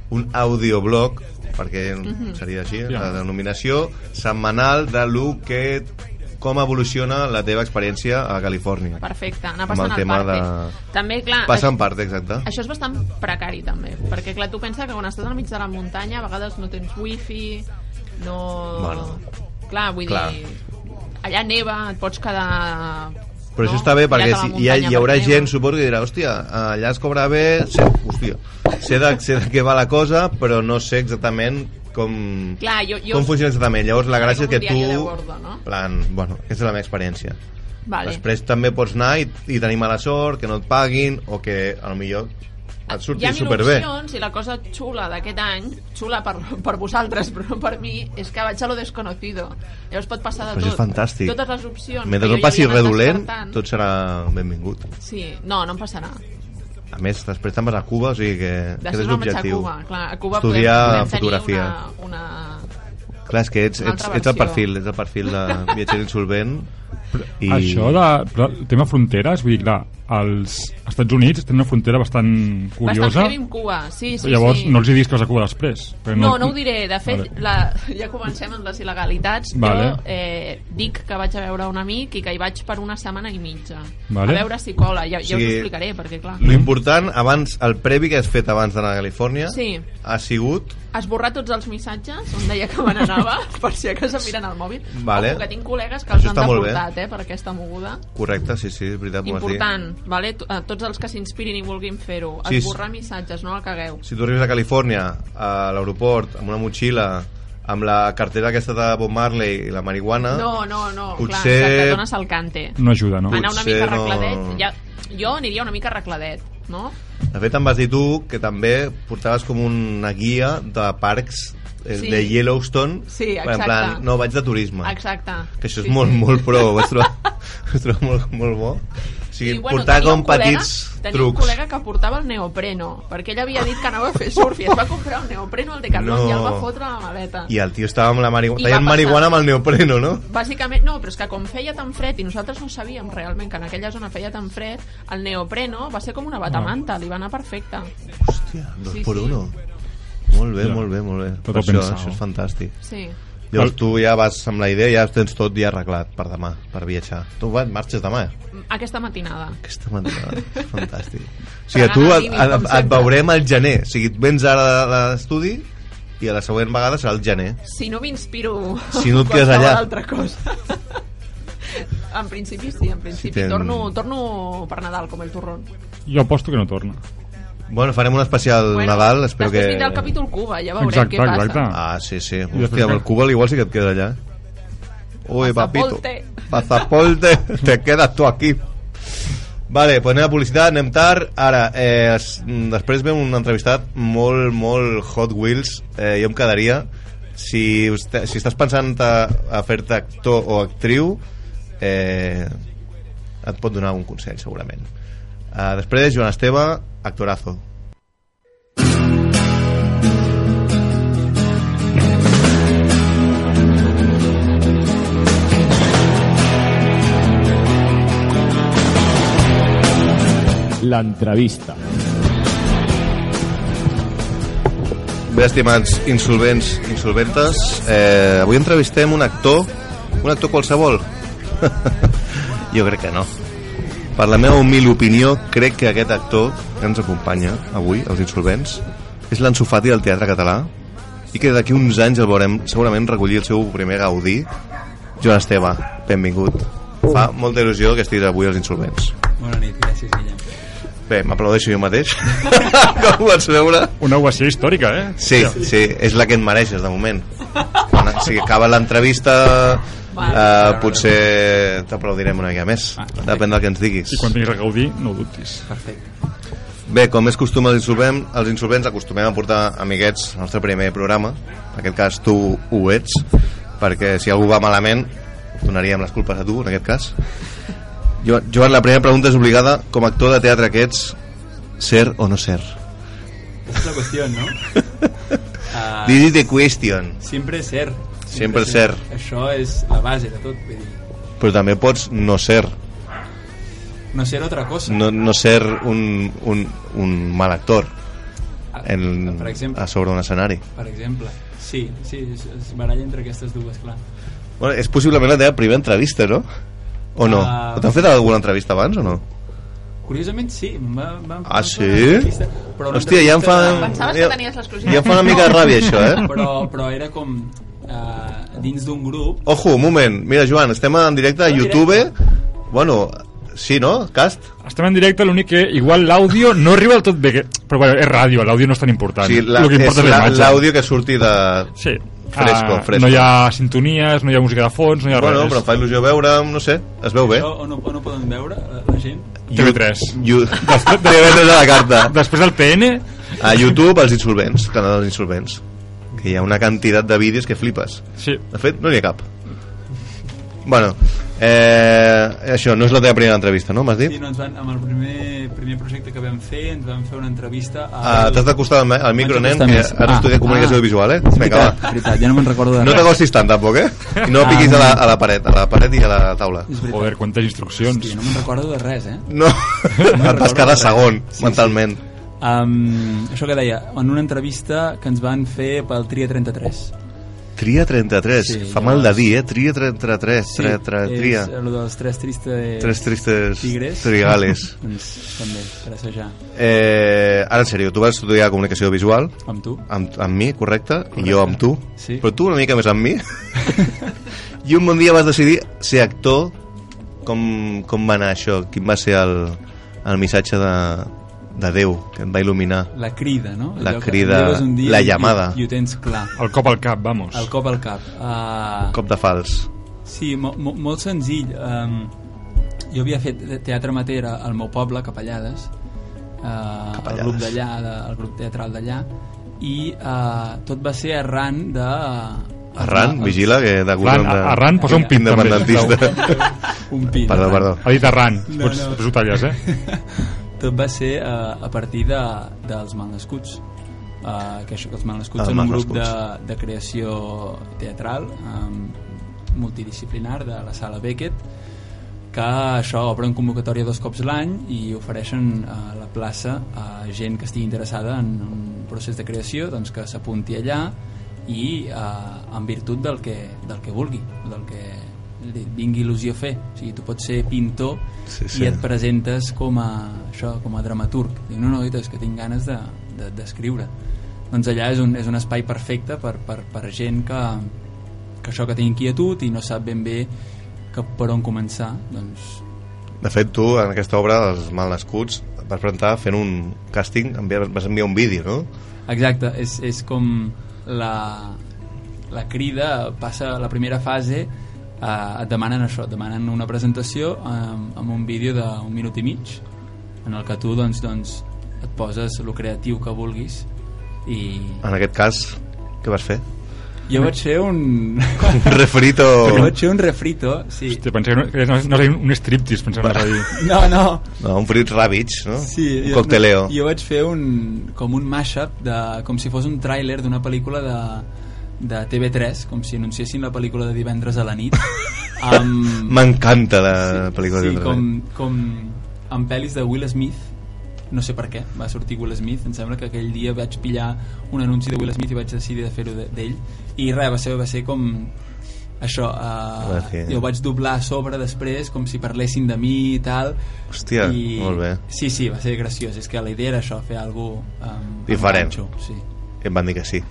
[SPEAKER 3] un audioblog perquè
[SPEAKER 6] Mhm.
[SPEAKER 3] seria així, la denominació setmanal de lo que com evoluciona la teva experiència a Califòrnia.
[SPEAKER 6] Perfecte, anar
[SPEAKER 3] Amb
[SPEAKER 6] passant
[SPEAKER 3] el
[SPEAKER 6] el,
[SPEAKER 3] tema
[SPEAKER 6] parte.
[SPEAKER 3] de-
[SPEAKER 6] També, clar,
[SPEAKER 3] Passa en
[SPEAKER 6] això-
[SPEAKER 3] part, exacte.
[SPEAKER 6] Això és bastant precari, també, perquè, clar, tu pensa que quan estàs al mig de la muntanya a vegades no tens wifi, no...
[SPEAKER 3] Bueno.
[SPEAKER 6] clar, vull
[SPEAKER 3] Clar.
[SPEAKER 6] dir... Allà neva, et pots quedar...
[SPEAKER 3] Però
[SPEAKER 6] no?
[SPEAKER 3] això està bé perquè
[SPEAKER 6] Tirat a la
[SPEAKER 3] si, hi, ha,
[SPEAKER 6] muntanya
[SPEAKER 3] hi haurà
[SPEAKER 6] per neu.
[SPEAKER 3] gent, suposo, que dirà hòstia, allà es cobra bé, sé, hòstia, sé de, sé de què va la cosa, però no sé exactament com,
[SPEAKER 6] Clar, jo- jo-
[SPEAKER 3] com funciona exactament. Llavors la gràcia és
[SPEAKER 6] Com
[SPEAKER 3] que
[SPEAKER 6] un diari de
[SPEAKER 3] tu...
[SPEAKER 6] bordo, no?
[SPEAKER 3] Plan, bueno, aquesta és la meva experiència.
[SPEAKER 6] Vale.
[SPEAKER 3] Després també pots anar i, i tenir mala sort, que no et paguin, o que a lo millor et
[SPEAKER 6] Ah, hi ha
[SPEAKER 3] surti
[SPEAKER 6] mil
[SPEAKER 3] superbé.
[SPEAKER 6] opcions i la cosa xula d'aquest any, xula per, (laughs) per vosaltres, però no per mi, és que vaig a lo desconocido. Llavors pot passar de
[SPEAKER 3] Però
[SPEAKER 6] tot.
[SPEAKER 3] això és fantàstic.
[SPEAKER 6] Totes les opcions.
[SPEAKER 3] Mentre
[SPEAKER 6] que
[SPEAKER 3] no
[SPEAKER 6] jo ja
[SPEAKER 3] passi
[SPEAKER 6] havia anat
[SPEAKER 3] redolent,
[SPEAKER 6] descartant.
[SPEAKER 3] tot serà benvingut.
[SPEAKER 6] Sí, no, no em passarà.
[SPEAKER 3] A més, després te'n vas a Cuba, o sigui que aquest és
[SPEAKER 6] Després me'n vaig a
[SPEAKER 3] l'objectiu.
[SPEAKER 6] Cuba. Clar, a Cuba
[SPEAKER 3] Estudiar
[SPEAKER 6] podem, podem
[SPEAKER 3] fotografia.
[SPEAKER 6] tenir una, una,
[SPEAKER 3] Clar, és que ets,
[SPEAKER 6] Una
[SPEAKER 3] ets, ets
[SPEAKER 6] altra
[SPEAKER 3] el
[SPEAKER 6] versió.
[SPEAKER 3] perfil, ets el perfil de viatger
[SPEAKER 9] (laughs)
[SPEAKER 3] insolvent. I...
[SPEAKER 9] I... Això de, però el tema fronteres, vull dir, clar, els Estats Units tenen una frontera bastant curiosa.
[SPEAKER 6] Bastant heavy amb Cuba, sí, sí,
[SPEAKER 9] Llavors,
[SPEAKER 6] sí.
[SPEAKER 9] no els hi diguis que vas a Cuba després. perquè
[SPEAKER 6] No, no ho diré. De fet,
[SPEAKER 9] Vale.
[SPEAKER 6] la, (laughs) ja comencem amb les il·legalitats.
[SPEAKER 9] Vale.
[SPEAKER 6] Jo eh, dic que vaig a veure un amic i que hi vaig per una setmana i mitja.
[SPEAKER 3] Vale.
[SPEAKER 6] A veure si cola. Ja, ja us ho explicaré, perquè clar...
[SPEAKER 3] L'important, abans, el previ que has fet abans d'anar a Califòrnia
[SPEAKER 6] Sí.
[SPEAKER 3] ha sigut...
[SPEAKER 6] Esborrar tots els missatges on deia que me
[SPEAKER 3] (laughs)
[SPEAKER 6] n'anava, per si a casa miren el mòbil.
[SPEAKER 3] Vale.
[SPEAKER 6] Ojo, que tinc col·legues que
[SPEAKER 3] Això
[SPEAKER 6] els han
[SPEAKER 3] està molt bé.
[SPEAKER 6] deportat, eh, per aquesta moguda.
[SPEAKER 3] Correcte, sí, sí, és veritat, m'ho has dit.
[SPEAKER 6] Important, vale? To- a Tots els que s'inspirin i vulguin fer-ho.
[SPEAKER 3] Sí,
[SPEAKER 6] Esborrar missatges, no el cagueu.
[SPEAKER 3] Si tu arribes a Califòrnia, a l'aeroport, amb una motxilla, amb la cartera aquesta de Bob Marley i la marihuana...
[SPEAKER 6] No, no, no, clar,
[SPEAKER 3] potser...
[SPEAKER 6] que et dones al cante.
[SPEAKER 9] No ajuda, no?
[SPEAKER 6] Anar una
[SPEAKER 3] Potser
[SPEAKER 6] mica
[SPEAKER 3] no.
[SPEAKER 6] arregladet, ja, jo aniria una mica arregladet, no?
[SPEAKER 3] De fet, em vas dir tu que també portaves com una guia de parcs eh,
[SPEAKER 6] Sí.
[SPEAKER 3] de Yellowstone
[SPEAKER 6] Sí,
[SPEAKER 3] en
[SPEAKER 6] exacte.
[SPEAKER 3] plan, no, vaig de turisme
[SPEAKER 6] Exacte.
[SPEAKER 3] que això és
[SPEAKER 6] Sí,
[SPEAKER 3] molt,
[SPEAKER 6] sí.
[SPEAKER 3] (laughs) molt pro ho vaig trobar, ho vaig trobar molt, molt bo sigui, portar
[SPEAKER 6] tenia un
[SPEAKER 3] com petits
[SPEAKER 6] col·lega, Tenia un
[SPEAKER 3] trucs.
[SPEAKER 6] col·lega que portava el neopreno, perquè ell havia dit que anava a fer surf i es va comprar un neopreno al Decathlon
[SPEAKER 3] No.
[SPEAKER 6] i el va fotre a la maleta.
[SPEAKER 3] I el tio estava amb la marihuana,
[SPEAKER 6] I va
[SPEAKER 3] tallant
[SPEAKER 6] passar.
[SPEAKER 3] marihuana amb el neopreno, no?
[SPEAKER 6] Bàsicament, no, però és que com feia tan fred i nosaltres no sabíem realment que en aquella zona feia tan fred, el neopreno va ser com una batamanta, li va anar perfecte.
[SPEAKER 3] Hòstia, dos
[SPEAKER 6] Sí,
[SPEAKER 3] por
[SPEAKER 6] sí.
[SPEAKER 3] uno. Molt bé,
[SPEAKER 9] Ja.
[SPEAKER 3] molt bé, molt bé.
[SPEAKER 9] Tot
[SPEAKER 3] Per això,
[SPEAKER 9] pensado.
[SPEAKER 3] això és fantàstic.
[SPEAKER 6] Sí.
[SPEAKER 3] Llavors tu ja vas amb la idea, ja ho tens tot ja arreglat per demà, per viatjar. Tu va, marxes demà, eh?
[SPEAKER 6] Aquesta matinada.
[SPEAKER 3] aquesta
[SPEAKER 6] (laughs)
[SPEAKER 3] matinada. és fantàstic. O
[SPEAKER 6] Pagant
[SPEAKER 3] sigui, tu
[SPEAKER 6] a
[SPEAKER 3] et,
[SPEAKER 6] Dini,
[SPEAKER 3] et,
[SPEAKER 6] com
[SPEAKER 3] et
[SPEAKER 6] sempre.
[SPEAKER 3] veurem al gener. O sigui, et vens ara a l'estudi i a la següent vegada serà el gener.
[SPEAKER 6] Si no m'inspiro
[SPEAKER 3] Si no et
[SPEAKER 6] en
[SPEAKER 3] quedes
[SPEAKER 6] qualsevol
[SPEAKER 3] allà.
[SPEAKER 6] altra cosa. (laughs) en principi sí, en principi.
[SPEAKER 3] ten-
[SPEAKER 6] torno, torno per Nadal, com el torrón.
[SPEAKER 9] Jo aposto que no torna.
[SPEAKER 3] Bueno, farem un especial
[SPEAKER 6] Bueno,
[SPEAKER 3] Nadal, espero
[SPEAKER 6] després
[SPEAKER 3] que...
[SPEAKER 6] tindrà el capítol Cuba, ja veurem
[SPEAKER 3] exacte,
[SPEAKER 6] què passa.
[SPEAKER 3] Exacte. Ah, sí, sí. Hòstia,
[SPEAKER 9] després
[SPEAKER 3] amb el Cuba igual sí que et queda allà. Uy, papito.
[SPEAKER 6] Pasaporte.
[SPEAKER 3] Pasaporte. (laughs) Te quedas tú aquí. Vale, pues anem a publicitat, anem tard. Ara, eh, es- mm, després ve un entrevistat molt, molt Hot Wheels. Eh, jo em quedaria. Si, vostè, si estàs pensant a, a fer-te actor o actriu, eh, et pot donar un consell, segurament. Eh, després, Joan Esteve, actorazo.
[SPEAKER 2] L'entrevista.
[SPEAKER 3] Bé, estimats insolvents, insolventes, eh, avui entrevistem un actor, un actor qualsevol. (laughs) jo crec que no. Per la meva humil opinió, crec que aquest actor que ens acompanya avui, els insolvents, és l'ensofati del teatre català i que d'aquí uns anys el veurem segurament recollir el seu primer Gaudí. Joan Esteve, benvingut. Fa molta il·lusió que estiguis avui als insolvents.
[SPEAKER 10] Bona nit, gràcies, Guillem.
[SPEAKER 3] Bé, m'aplaudeixo jo mateix. (laughs) Com ho pots veure?
[SPEAKER 9] Una ovació històrica, eh?
[SPEAKER 3] Sí, sí, és la que et mereixes de moment. Quan, si acaba l'entrevista, eh, potser t'aplaudirem una mica més. Depèn del que ens diguis. I quan
[SPEAKER 9] tinguis a Gaudí, no ho dubtis.
[SPEAKER 10] Perfecte.
[SPEAKER 3] Bé, com és costum els insolvents, els insolvents acostumem a portar amiguets al nostre primer programa. En aquest cas, tu ho ets, perquè si algú va malament, donaríem les culpes a tu, en aquest cas. Jo- Joan, la primera pregunta és obligada. Com a actor de teatre que ets, ser o no ser?
[SPEAKER 10] Es la cuestión, ¿no? Ah,
[SPEAKER 3] This is the question.
[SPEAKER 10] Sempre ser.
[SPEAKER 3] Sempre ser.
[SPEAKER 10] Això és la base de tot. Vull dir,
[SPEAKER 3] Però també pots no ser.
[SPEAKER 10] no ser otra cosa.
[SPEAKER 3] no, no ser un, un, un mal actor en,
[SPEAKER 10] Ah, per exemple.
[SPEAKER 3] a sobre un escenari.
[SPEAKER 10] Per exemple. Sí, sí, es, es baralla entre aquestes dues, clar.
[SPEAKER 3] Bueno, és possiblement la teva primera entrevista, no? O no?
[SPEAKER 10] Ah.
[SPEAKER 3] Uh... T'han fet alguna entrevista abans o no?
[SPEAKER 10] Curiosament, sí. Va, va,
[SPEAKER 3] Ah, sí?
[SPEAKER 10] però no
[SPEAKER 3] Hòstia, ja em fa...
[SPEAKER 6] Pensaves que
[SPEAKER 3] Ja,
[SPEAKER 6] tenies l'exclusiva.
[SPEAKER 3] ja em fa una mica de ràbia, això, eh?
[SPEAKER 10] Però, però era com uh, dins d'un grup
[SPEAKER 3] Ojo, un moment. Mira, Joan, estem en directe a
[SPEAKER 10] No, directe.
[SPEAKER 3] YouTube. Bueno, sí, no? Cast?
[SPEAKER 9] Estem en directe, l'únic que igual l'àudio no arriba del tot bé, que... però bueno, és ràdio, l'àudio no és tan important.
[SPEAKER 3] Sí, la,
[SPEAKER 9] el que
[SPEAKER 3] és
[SPEAKER 9] importa és la
[SPEAKER 3] la-
[SPEAKER 9] imatge.
[SPEAKER 3] l'àudio que surti de... Sí. Fresco,
[SPEAKER 9] Ah,
[SPEAKER 3] fresco.
[SPEAKER 9] No hi ha sintonies, no hi ha música de fons, no hi ha
[SPEAKER 3] bueno,
[SPEAKER 9] res.
[SPEAKER 3] però em fa il·lusió veure, no sé, es veu bé.
[SPEAKER 10] Això on no, on no poden veure la, la gent.
[SPEAKER 3] TV3. TV3 a la carta.
[SPEAKER 9] Després del PN...
[SPEAKER 3] A YouTube, els insolvents, canal dels insolvents. Que hi ha una quantitat de vídeos que flipes.
[SPEAKER 9] Sí.
[SPEAKER 3] De fet, no n'hi ha cap. Bueno, eh, això no és la teva primera entrevista, no? M'has
[SPEAKER 10] Sí,
[SPEAKER 3] dit?
[SPEAKER 10] no, ens van, amb el primer, primer projecte que vam fer, ens vam fer una entrevista...
[SPEAKER 3] Ah, T'has d'acostar al, mi- al micro, nen, que has ah, estudiat comunicació ah, visual, eh? Vinga,
[SPEAKER 10] veritat,
[SPEAKER 3] va.
[SPEAKER 10] veritat, ja no me'n recordo de
[SPEAKER 3] No
[SPEAKER 10] res.
[SPEAKER 3] t'acostis tant, tampoc, eh? I no piquis a la, a la paret, a la paret i a la taula.
[SPEAKER 9] Joder, quantes instruccions.
[SPEAKER 10] Hòstia, no me'n recordo de res, eh?
[SPEAKER 3] (laughs) No, et vas quedar segon, mentalment.
[SPEAKER 10] Um, això que deia, en una entrevista que ens van fer pel Tria 33.
[SPEAKER 3] Tria 33,
[SPEAKER 10] Sí,
[SPEAKER 3] sí, fa
[SPEAKER 10] llavors-
[SPEAKER 3] mal de dir, eh? Tria 33, sí, tra, tra, tria.
[SPEAKER 10] És el dels tres tristes...
[SPEAKER 3] Tres tristes
[SPEAKER 10] tigres.
[SPEAKER 3] trigales.
[SPEAKER 10] (laughs) doncs, també, per assajar.
[SPEAKER 3] Eh, ara, en sèrio, tu vas estudiar comunicació visual.
[SPEAKER 10] Amb tu.
[SPEAKER 3] Amb, amb mi, correcte, i jo amb tu.
[SPEAKER 10] Sí.
[SPEAKER 3] Però tu una mica més amb
[SPEAKER 10] (laughs)
[SPEAKER 3] mi. (laughs) I un bon dia vas decidir ser actor. Com, com va anar això? Quin va ser el, el missatge de, de Déu que et va il·luminar?
[SPEAKER 10] La crida, no?
[SPEAKER 3] La
[SPEAKER 10] Allò que
[SPEAKER 3] crida,
[SPEAKER 10] lleves un dia
[SPEAKER 3] la
[SPEAKER 10] i-
[SPEAKER 3] llamada.
[SPEAKER 10] I, i ho tens clar.
[SPEAKER 9] El cop al cap, vamos.
[SPEAKER 10] El cop al cap. Uh,
[SPEAKER 3] Cop de fals.
[SPEAKER 10] Sí, mo mo molt senzill. Um, jo havia fet te- teatre amateur a- al meu poble, a Capellades, uh, el grup eh, d'allà, de- el grup teatral d'allà, i uh, tot va ser arran de uh,
[SPEAKER 3] Arran, vigila, que d'acord
[SPEAKER 9] Arran,
[SPEAKER 3] amb-
[SPEAKER 9] Arran posa un pit també.
[SPEAKER 3] Independentista.
[SPEAKER 2] un pit.
[SPEAKER 3] (laughs) Perdó, perdó.
[SPEAKER 9] Ha dit Arran, pots- pots ho talles, eh?
[SPEAKER 2] Tot va ser eh, a partir de, dels Malnascuts. Uh, que això, que els Malnascuts
[SPEAKER 3] Ah,
[SPEAKER 2] són un grup de,
[SPEAKER 3] Malnascuts.
[SPEAKER 2] de creació teatral um, multidisciplinar de la sala Beckett que això obren convocatòria dos cops l'any (laughs) i ofereixen a la plaça a gent que estigui interessada en un procés de creació doncs que s'apunti allà i eh, en virtut del que, del que vulgui, del que li vingui il·lusió fer. O sigui, tu pots ser pintor sí,
[SPEAKER 3] Sí, sí.
[SPEAKER 2] sí. i et presentes com a, això, com a dramaturg. Diu, no, no, oita, és que tinc ganes de- de- d'escriure. De, doncs allà és un, és un espai perfecte per, per, per gent que, que això que té inquietud i no sap ben bé que per on començar, doncs
[SPEAKER 3] De fet, tu, en aquesta obra dels malnascuts, vas presentar fent un càsting, enviar, vas enviar un vídeo, no?
[SPEAKER 2] Exacte, és, és com la, la crida passa la primera fase eh, et demanen això, et demanen una presentació eh, amb un vídeo d'un minut i mig en el que tu doncs, doncs, et poses el creatiu que vulguis i
[SPEAKER 3] En aquest cas, què vas fer?
[SPEAKER 2] jo vaig fer un...
[SPEAKER 3] (laughs) Un refrito.
[SPEAKER 2] Jo vaig (laughs) fer un refrito, sí.
[SPEAKER 9] Hòstia, pensava que no, no, no un striptease, pensava que dir.
[SPEAKER 2] No, no.
[SPEAKER 3] No, un Fritz Ravitch, no?
[SPEAKER 2] Sí,
[SPEAKER 3] un
[SPEAKER 2] jo-
[SPEAKER 3] cocteleo.
[SPEAKER 2] Jo vaig fer un, com un mashup, de, com si fos un tràiler d'una pel·lícula de, de TV3, com si anunciessin la pel·lícula de divendres a la
[SPEAKER 3] (laughs)
[SPEAKER 2] nit. amb-
[SPEAKER 3] M'encanta la pel·lícula de
[SPEAKER 2] sí,
[SPEAKER 3] divendres a la
[SPEAKER 2] com, com amb pel·lis de Will Smith, no sé per què, va sortir Will Smith, em sembla que aquell dia vaig pillar un anunci de Will Smith i vaig decidir de fer-ho de- d'ell, i res, va ser, va ser com això,
[SPEAKER 3] Va
[SPEAKER 2] eh,
[SPEAKER 3] ser.
[SPEAKER 2] jo ho vaig doblar a sobre després, com si parlessin de mi i tal.
[SPEAKER 3] Hòstia, molt bé.
[SPEAKER 2] Sí, sí, va ser graciós, és que la idea era això, fer alguna cosa... Um,
[SPEAKER 3] Diferent.
[SPEAKER 2] sí.
[SPEAKER 3] I em van dir que sí.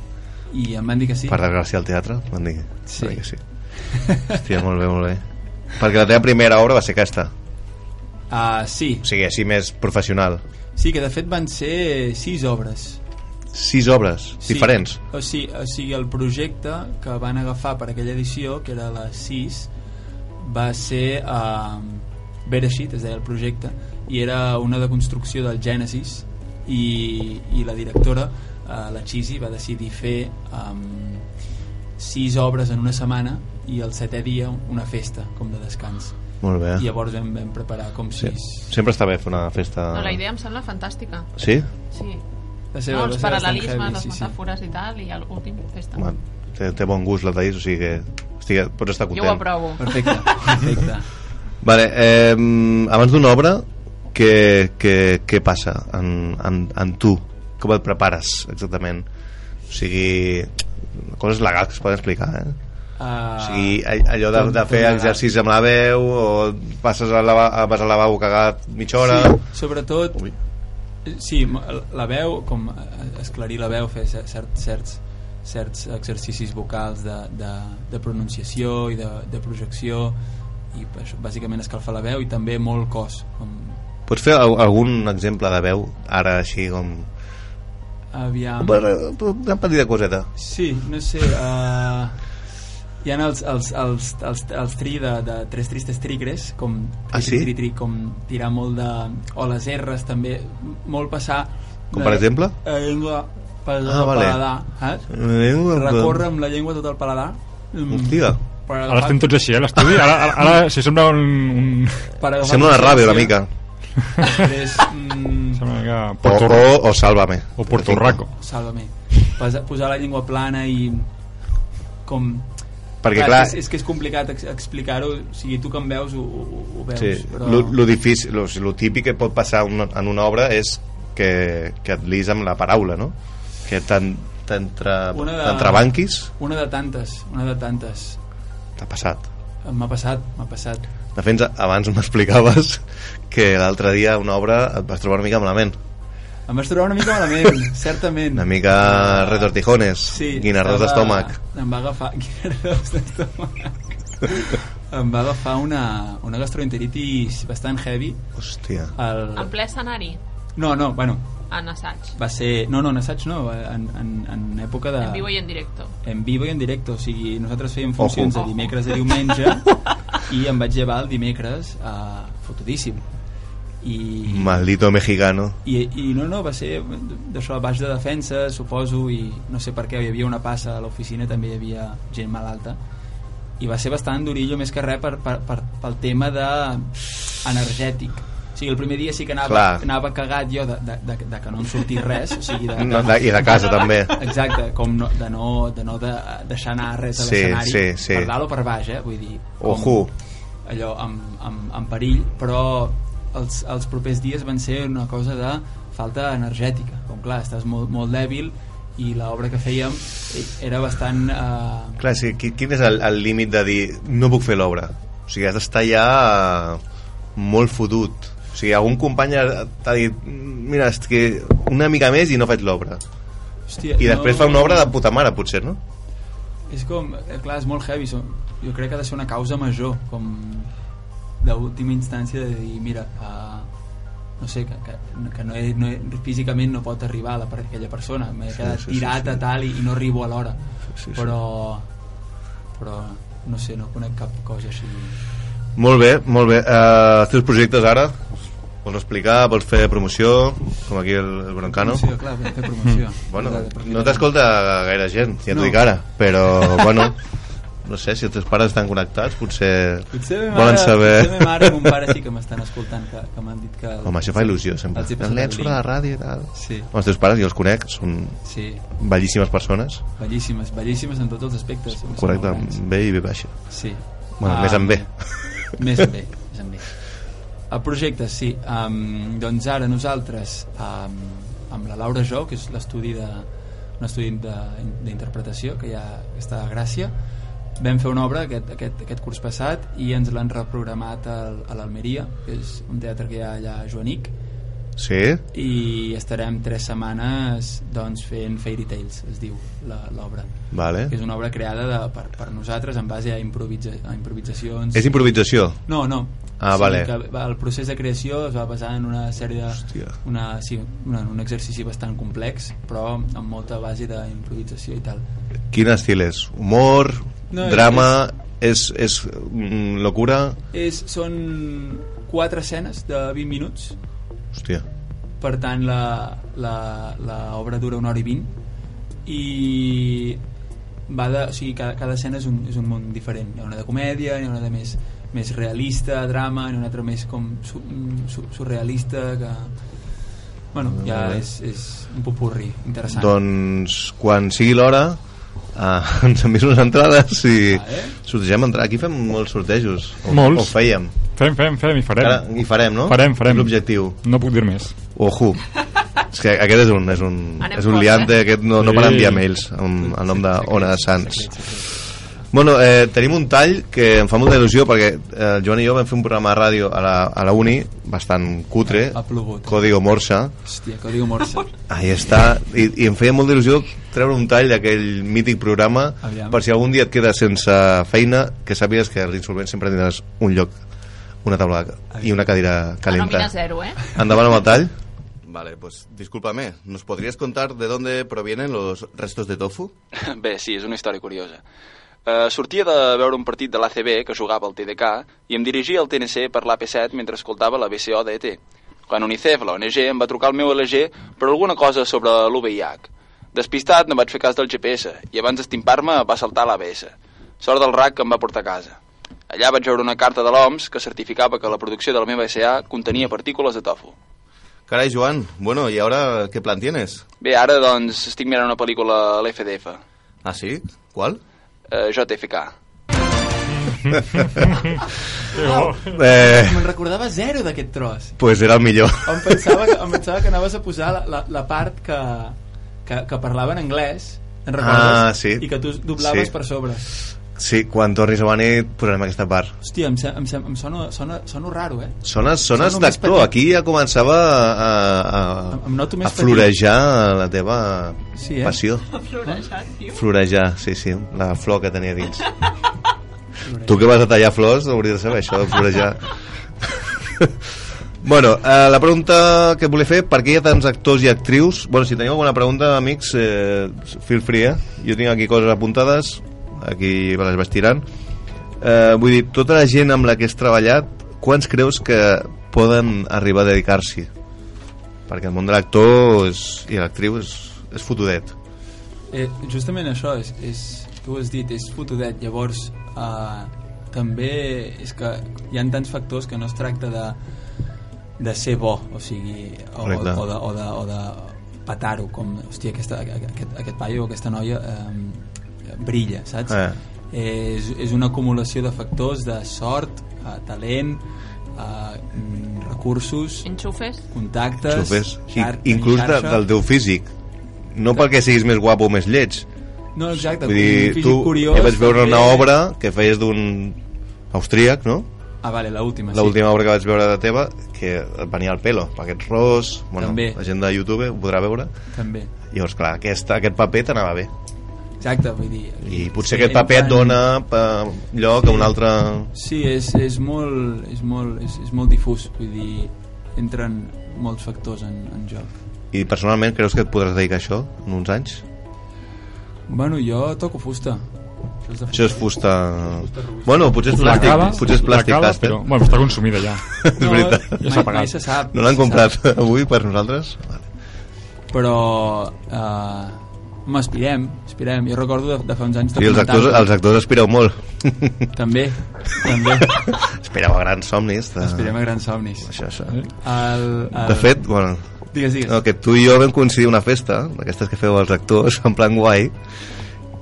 [SPEAKER 2] I em van dir que sí.
[SPEAKER 3] Per desgràcia al teatre, em van dir, sí.
[SPEAKER 2] Sí.
[SPEAKER 3] que
[SPEAKER 2] (laughs)
[SPEAKER 3] sí. Hòstia, molt bé, molt bé. Perquè la teva primera obra va ser aquesta.
[SPEAKER 2] Ah, sí.
[SPEAKER 3] O sigui, així més professional.
[SPEAKER 2] Sí, que de fet van ser sis obres.
[SPEAKER 3] Sis obres
[SPEAKER 2] Sí,
[SPEAKER 3] diferents.
[SPEAKER 2] O sigui, o sigui, el projecte que van agafar per aquella edició, que era la 6, va ser a uh, Bereshit, es deia el projecte, i era una deconstrucció del Genesis, i, i la directora, uh, la Chisi, va decidir fer um, sis obres en una setmana i el setè dia una festa, com de descans.
[SPEAKER 3] Molt bé.
[SPEAKER 2] I llavors vam, vam preparar com
[SPEAKER 3] Ah. Sí.
[SPEAKER 2] sis...
[SPEAKER 3] Sempre està bé fer una festa...
[SPEAKER 6] No, la idea em sembla fantàstica.
[SPEAKER 3] Sí?
[SPEAKER 6] Sí.
[SPEAKER 2] Va ser-
[SPEAKER 6] no,
[SPEAKER 2] va
[SPEAKER 6] Ah, els
[SPEAKER 2] ser
[SPEAKER 6] paral·lelismes,
[SPEAKER 2] bastant heavy,
[SPEAKER 6] les
[SPEAKER 2] sí, sí.
[SPEAKER 6] metàfores i tal, i l'últim festa.
[SPEAKER 3] Home, té, té bon gust la Thaís, o sigui que estic, pots estar
[SPEAKER 6] Jo
[SPEAKER 3] content.
[SPEAKER 6] ho aprovo.
[SPEAKER 2] Perfecte,
[SPEAKER 3] (laughs)
[SPEAKER 2] perfecte.
[SPEAKER 3] Vale, eh, abans d'una obra, què, què, què passa en, en, en tu? Com et prepares, exactament? O sigui, coses legals que es poden explicar, eh?
[SPEAKER 2] Ah, doncs,
[SPEAKER 3] o sigui, a- allò de, de fer exercicis amb la veu o passes a lava, a- vas al lavabo cagat mitja hora
[SPEAKER 2] Sí, sobretot... Sí, m- la veu, com eh, esclarir la veu, fer cer- cert, certs, certs exercicis vocals de, de, de pronunciació i de, de projecció i això, bàsicament escalfar la veu i també molt cos com
[SPEAKER 3] pots fer al- algun exemple de veu ara així com
[SPEAKER 2] aviam
[SPEAKER 3] Bueno, una petita coseta
[SPEAKER 2] Sí, no sé... Uh, hi ha els, els, els, els, els tri de, de Tres Tristes Trigres, com, tri,
[SPEAKER 3] Ah, sí?
[SPEAKER 2] tri, tri, tri, com tirar molt de... O les R's també, m- molt passar...
[SPEAKER 3] Com
[SPEAKER 2] de-
[SPEAKER 3] per exemple?
[SPEAKER 10] Eh,
[SPEAKER 2] La llengua per
[SPEAKER 3] Ah,
[SPEAKER 2] ah,
[SPEAKER 3] vale.
[SPEAKER 2] paladar, saps?
[SPEAKER 3] La llengua-
[SPEAKER 2] Recórrer amb la llengua tot el paladar. Mm,
[SPEAKER 3] Hòstia.
[SPEAKER 2] Per
[SPEAKER 9] Ara estem tots així, eh, a l'estudi. Ara, ara, ara sí, sembla un... un...
[SPEAKER 2] Per agafar
[SPEAKER 3] sembla una ràdio una mica
[SPEAKER 2] Després, mm,
[SPEAKER 9] Sembla que...
[SPEAKER 3] o, o, o Sálvame
[SPEAKER 9] O Puerto Rico.
[SPEAKER 2] Sálvame. Pas- Posar la llengua plana i com...
[SPEAKER 3] Perquè, clar-
[SPEAKER 2] És, és que és complicat ex explicar-ho, o sigui, tu que em veus ho, ho, ho veus,
[SPEAKER 3] Sí,
[SPEAKER 2] però...
[SPEAKER 3] lo, lo difícil, lo, lo típic que pot passar un, en una obra és que, que et lis amb la paraula, no? Que t'en- t'entre-
[SPEAKER 2] Una de-
[SPEAKER 3] t'entrebanquis,
[SPEAKER 2] Una de tantes, una de tantes. eh,
[SPEAKER 3] t'ha passat.
[SPEAKER 2] M'ha passat, m'ha passat.
[SPEAKER 3] De fet, abans m'explicaves (laughs) que l'altre dia una obra et vas trobar una mica malament.
[SPEAKER 2] Em vas trobar una mica
[SPEAKER 3] (laughs)
[SPEAKER 2] malament, certament.
[SPEAKER 3] Una mica retortijones, guinardós
[SPEAKER 2] estava-
[SPEAKER 3] d'estómac.
[SPEAKER 2] Em va agafar... (laughs) Guinardós d'estómac. em va agafar una, una gastroenteritis bastant heavy.
[SPEAKER 3] Hòstia.
[SPEAKER 2] El...
[SPEAKER 6] En ple escenari,
[SPEAKER 2] No, no, bueno,
[SPEAKER 6] en assaig.
[SPEAKER 2] va ser... No, no, en assaig no, en, en, en època de...
[SPEAKER 6] En vivo i en directo.
[SPEAKER 2] en vivo i en directe, o sigui, nosaltres fèiem
[SPEAKER 3] Ojo.
[SPEAKER 2] funcions de
[SPEAKER 3] Ojo.
[SPEAKER 2] dimecres a diumenge i em vaig llevar el dimecres eh, fotudíssim
[SPEAKER 10] i,
[SPEAKER 3] Maldito mexicano.
[SPEAKER 10] i, i no, no, va ser d'això, baix de defensa, suposo, i no sé per què, hi havia una passa a l'oficina, també hi havia gent malalta, i va ser bastant durillo més que res per, per, per, pel tema de energètic. O sigui, el primer dia sí que anava,
[SPEAKER 3] Clar.
[SPEAKER 10] anava cagat jo de, de, de, de que no em sortís res. O sigui,
[SPEAKER 3] (laughs)
[SPEAKER 10] de,
[SPEAKER 3] No, de- i de casa, també.
[SPEAKER 10] (laughs) Exacte, com no, de no, de no de, deixar anar res a
[SPEAKER 3] Sí,
[SPEAKER 10] l'escenari,
[SPEAKER 3] sí, sí.
[SPEAKER 10] per dalt o per baix, eh? Vull dir, com-
[SPEAKER 3] Ojo.
[SPEAKER 10] allò amb, amb, amb perill, però els, els propers dies van ser una cosa de falta energètica, com clar, estàs molt, molt dèbil i l'obra que fèiem era bastant... Eh,
[SPEAKER 3] Clar, és que qui- quin és el el límit de dir no puc fer l'obra? O sigui, has d'estar ja eh, molt fotut. O sigui, algun company t'ha dit mira, és que una mica més i no faig l'obra.
[SPEAKER 10] Hòstia,
[SPEAKER 3] I després
[SPEAKER 10] no-
[SPEAKER 3] fa una obra de puta mare, potser, no?
[SPEAKER 10] És com, eh, clar, és molt heavy. som- Jo crec que ha de ser una causa major, com d'última instància de dir, mira, uh, no sé, que, que, que no he, no he, físicament no pot arribar a la, per aquella persona, m'he
[SPEAKER 3] Sí,
[SPEAKER 10] quedat
[SPEAKER 3] sí, sí,
[SPEAKER 10] tirat
[SPEAKER 3] sí.
[SPEAKER 10] a tal i, i no arribo a l'hora.
[SPEAKER 3] Sí, sí, sí.
[SPEAKER 10] però, però, no sé, no conec cap cosa així.
[SPEAKER 3] Molt bé, molt bé. Uh, els teus projectes ara? Vols explicar? Vols fer promoció? Com aquí el, el Broncano?
[SPEAKER 10] Promoció, clar, fer promoció.
[SPEAKER 3] (laughs) Bueno,
[SPEAKER 10] Clar, perquè-
[SPEAKER 3] no t'escolta gaire gent, ja t'ho
[SPEAKER 10] No.
[SPEAKER 3] dic ara. (laughs) Però, bueno, no sé, si els teus pares estan connectats, potser,
[SPEAKER 10] Potser ma
[SPEAKER 3] volen
[SPEAKER 10] mare-
[SPEAKER 3] saber...
[SPEAKER 10] Potser ma mare i mon pare sí que m'estan escoltant, que, que m'han dit que...
[SPEAKER 3] Home, això fa il·lusió, sempre.
[SPEAKER 10] Els he
[SPEAKER 3] El
[SPEAKER 10] passat
[SPEAKER 3] nen
[SPEAKER 10] el
[SPEAKER 3] surt a la
[SPEAKER 10] link.
[SPEAKER 3] ràdio i tal.
[SPEAKER 10] Sí.
[SPEAKER 3] Els teus pares, jo els conec, són
[SPEAKER 10] Sí.
[SPEAKER 3] bellíssimes persones.
[SPEAKER 10] Bellíssimes, bellíssimes en tots els aspectes. Em sembla
[SPEAKER 3] Correcte,
[SPEAKER 10] molt grans.
[SPEAKER 3] amb B i B baixa.
[SPEAKER 10] Sí.
[SPEAKER 3] Bueno,
[SPEAKER 10] Ah,
[SPEAKER 3] més amb B.
[SPEAKER 10] Més amb B, més amb B. A projectes, sí. Um, doncs ara nosaltres, um, amb la Laura Jo, que és l'estudi de un estudi de- d'interpretació que ja està a Gràcia, vam fer una obra aquest, aquest, aquest curs passat i ens l'han reprogramat al, a l'Almeria, que és un teatre que hi ha allà a Joanic,
[SPEAKER 3] Sí?
[SPEAKER 10] i estarem tres setmanes doncs, fent Fairy Tales, es diu la- l'obra.
[SPEAKER 3] Vale.
[SPEAKER 10] Que és una obra creada de, per, per nosaltres en base a, improvisa, a improvisacions.
[SPEAKER 3] És improvisació?
[SPEAKER 10] No, no.
[SPEAKER 3] Ah,
[SPEAKER 10] Sí,
[SPEAKER 3] vale.
[SPEAKER 10] Que va- el procés de creació es va basar en una sèrie de...
[SPEAKER 3] Hòstia.
[SPEAKER 10] Una, sí, una, un exercici bastant complex, però amb molta base d'improvisació i tal.
[SPEAKER 3] Quin estil és? Humor?
[SPEAKER 10] No, és-
[SPEAKER 3] drama? És, és, mm, locura?
[SPEAKER 10] És, són quatre escenes de 20 minuts
[SPEAKER 3] Hòstia.
[SPEAKER 10] per tant la, la, la obra dura una hora i vint i va de, o sigui, cada, cada escena és un, és un món diferent hi ha una de comèdia, hi ha una de més, més realista drama, hi ha una altra més com su, mm, su, surrealista que bueno, ja
[SPEAKER 3] Molt bé.
[SPEAKER 10] és, és un popurri interessant
[SPEAKER 3] Doncs quan sigui l'hora eh, (laughs) ens envies unes entrades i sortegem entrades. Aquí fem molts sortejos. O,
[SPEAKER 9] Molts.
[SPEAKER 3] O fèiem.
[SPEAKER 9] Fem, fem, fem, i farem.
[SPEAKER 3] Ara, I farem, no?
[SPEAKER 9] Farem, farem.
[SPEAKER 3] És L'objectiu.
[SPEAKER 9] No puc dir més.
[SPEAKER 3] Ojo. És que aquest és un, és un,
[SPEAKER 9] Anem
[SPEAKER 3] és un
[SPEAKER 9] fort,
[SPEAKER 3] liante,
[SPEAKER 9] eh?
[SPEAKER 3] aquest no, no
[SPEAKER 9] Sí.
[SPEAKER 3] para d'enviar mails amb el nom d'Ona de Sants. Bueno, eh, tenim un tall que em fa molta il·lusió perquè eh, el Joan i jo vam fer un programa de ràdio a la, a la uni, bastant cutre,
[SPEAKER 10] Ha plogut.
[SPEAKER 3] Código Morsa,
[SPEAKER 10] hòstia, Código Morse
[SPEAKER 3] Ahí està. I, I em feia molta il·lusió treure un tall d'aquell mític programa
[SPEAKER 10] Aviam.
[SPEAKER 3] per si algun dia et quedes sense feina, que sàpigues que a l'insolvent sempre tindràs un lloc, una taula i una cadira calenta.
[SPEAKER 6] nòmina zero, eh?
[SPEAKER 3] Endavant amb el tall. Vale, pues discúlpame, ¿nos podrías contar de dónde provienen los restos de tofu?
[SPEAKER 14] (coughs) Bé, sí, és una història curiosa. Uh, sortia de veure un partit de l'ACB que jugava al TDK i em dirigia al TNC per l'AP7 mentre escoltava la BCO d'ET. E Quan UNICEF, la ONG, em va trucar el meu LG per alguna cosa sobre l'UVIH. Despistat, no vaig fer cas del GPS i abans d'estimpar-me va saltar l'ABS. Sort del RAC que em va portar a casa. Allà vaig veure una carta de l'OMS que certificava que la producció de la meva SA contenia partícules de tofu.
[SPEAKER 3] Caray, Joan, bueno, ¿y ahora qué plan tienes?
[SPEAKER 14] Bé, ara, doncs, estic mirant una pel·lícula a l'FDF.
[SPEAKER 3] Ah, sí? ¿Cuál?
[SPEAKER 14] Eh, JFK.
[SPEAKER 3] (laughs) Eh.
[SPEAKER 10] me'n recordava zero d'aquest tros
[SPEAKER 3] Pues era el millor.
[SPEAKER 10] Em pensava, que, em pensava que anaves a posar la, la, la part que, que, que parlava en anglès, en recordes?
[SPEAKER 3] Ah, sí.
[SPEAKER 10] I que tu doblaves
[SPEAKER 3] Sí.
[SPEAKER 10] sí. per sobre.
[SPEAKER 3] Sí, quan tornis a venir posarem aquesta part.
[SPEAKER 10] Hòstia, em, se- em, se- em sona, sona, sona raro, eh?
[SPEAKER 3] Sones, sones
[SPEAKER 10] Sono més
[SPEAKER 3] d'actor,
[SPEAKER 10] petit.
[SPEAKER 3] aquí ja començava a, a,
[SPEAKER 10] Em noto
[SPEAKER 3] a,
[SPEAKER 10] més
[SPEAKER 3] a florejar la teva sí, eh? passió.
[SPEAKER 6] Florejat, tio.
[SPEAKER 3] Florejar, sí, sí, la flor que tenia dins. tu que vas a tallar flors, hauries de saber això de florejar. (laughs) bueno, eh, la pregunta que et volia fer, per què hi ha tants actors i actrius? Bueno, si teniu alguna pregunta, amics, eh, feel free, eh? Jo tinc aquí coses apuntades, aquí me les vaig tirant. Eh, vull dir, tota la gent amb la que has treballat, quants creus que poden arribar a dedicar-s'hi. Perquè el món de l'actor és- i l'actriu és, és fotudet.
[SPEAKER 10] Eh, justament això, és, és, tu ho has dit, és fotudet. Llavors, eh, també és que hi han tants factors que no es tracta de, de ser bo, o sigui, o, o,
[SPEAKER 3] Correcte.
[SPEAKER 10] de, o, de, o de petar-ho, com, hòstia, aquesta, aquest, aquest paio o aquesta noia eh, brilla, saps?
[SPEAKER 3] Eh.
[SPEAKER 10] Eh, és, és una acumulació de factors de sort, eh, talent, eh, mm, recursos,
[SPEAKER 6] Enxufes.
[SPEAKER 10] contactes,
[SPEAKER 3] Xufes. I,
[SPEAKER 10] xar-
[SPEAKER 3] inclús de,
[SPEAKER 10] xarxa.
[SPEAKER 3] del teu físic. No perquè siguis més guapo o més lleig.
[SPEAKER 10] No, exacte,
[SPEAKER 3] Vull
[SPEAKER 10] un
[SPEAKER 3] dir,
[SPEAKER 10] físic
[SPEAKER 3] tu
[SPEAKER 10] curiós,
[SPEAKER 3] jo vaig veure una
[SPEAKER 10] també.
[SPEAKER 3] obra que feies d'un austríac, no?
[SPEAKER 10] Ah, vale, l'última, sí.
[SPEAKER 3] L'última obra que vaig veure de teva, que et venia al pelo, paquets ros, bueno,
[SPEAKER 10] També.
[SPEAKER 3] la gent de YouTube ho podrà veure.
[SPEAKER 10] També.
[SPEAKER 3] Llavors, clar, aquest, aquest paper t'anava bé.
[SPEAKER 10] Exacte, vull dir...
[SPEAKER 3] I potser
[SPEAKER 10] Sí,
[SPEAKER 3] aquest paper et
[SPEAKER 10] entren-
[SPEAKER 3] dona eh, lloc a un altre...
[SPEAKER 10] Sí, és, és, molt, és, molt, és, és molt difús, vull dir, entren molts factors en, en joc.
[SPEAKER 3] I personalment creus que et podràs dedicar a això en uns anys?
[SPEAKER 10] Bueno, jo toco fusta. Això és de
[SPEAKER 3] Això és fusta...
[SPEAKER 10] robusta.
[SPEAKER 3] Bueno, potser és
[SPEAKER 10] La
[SPEAKER 3] plàstic.
[SPEAKER 10] cava-
[SPEAKER 3] potser és
[SPEAKER 10] la
[SPEAKER 3] plàstic,
[SPEAKER 10] cava,
[SPEAKER 3] Casper.
[SPEAKER 10] però- bueno, està consumida ja.
[SPEAKER 3] (laughs) és
[SPEAKER 10] No,
[SPEAKER 3] veritat.
[SPEAKER 10] ja s'ha Mai- pagat. mai se sap,
[SPEAKER 3] No
[SPEAKER 10] mai
[SPEAKER 3] l'han
[SPEAKER 10] se
[SPEAKER 3] comprat
[SPEAKER 10] sap.
[SPEAKER 3] avui per nosaltres?
[SPEAKER 10] Però... Eh, home, aspirem, aspirem. Jo recordo de, de fa uns anys...
[SPEAKER 3] I els actors, els actors aspireu molt. (laughs)
[SPEAKER 10] També, també.
[SPEAKER 3] Aspireu a grans somnis. De...
[SPEAKER 10] Aspirem a Eh? grans somnis.
[SPEAKER 3] Ah. Això, això.
[SPEAKER 10] El, el...
[SPEAKER 3] De fet, bueno...
[SPEAKER 10] Digues, digues.
[SPEAKER 3] No, que tu i jo vam coincidir a una festa, d'aquestes que feu els actors, (laughs) en plan guai,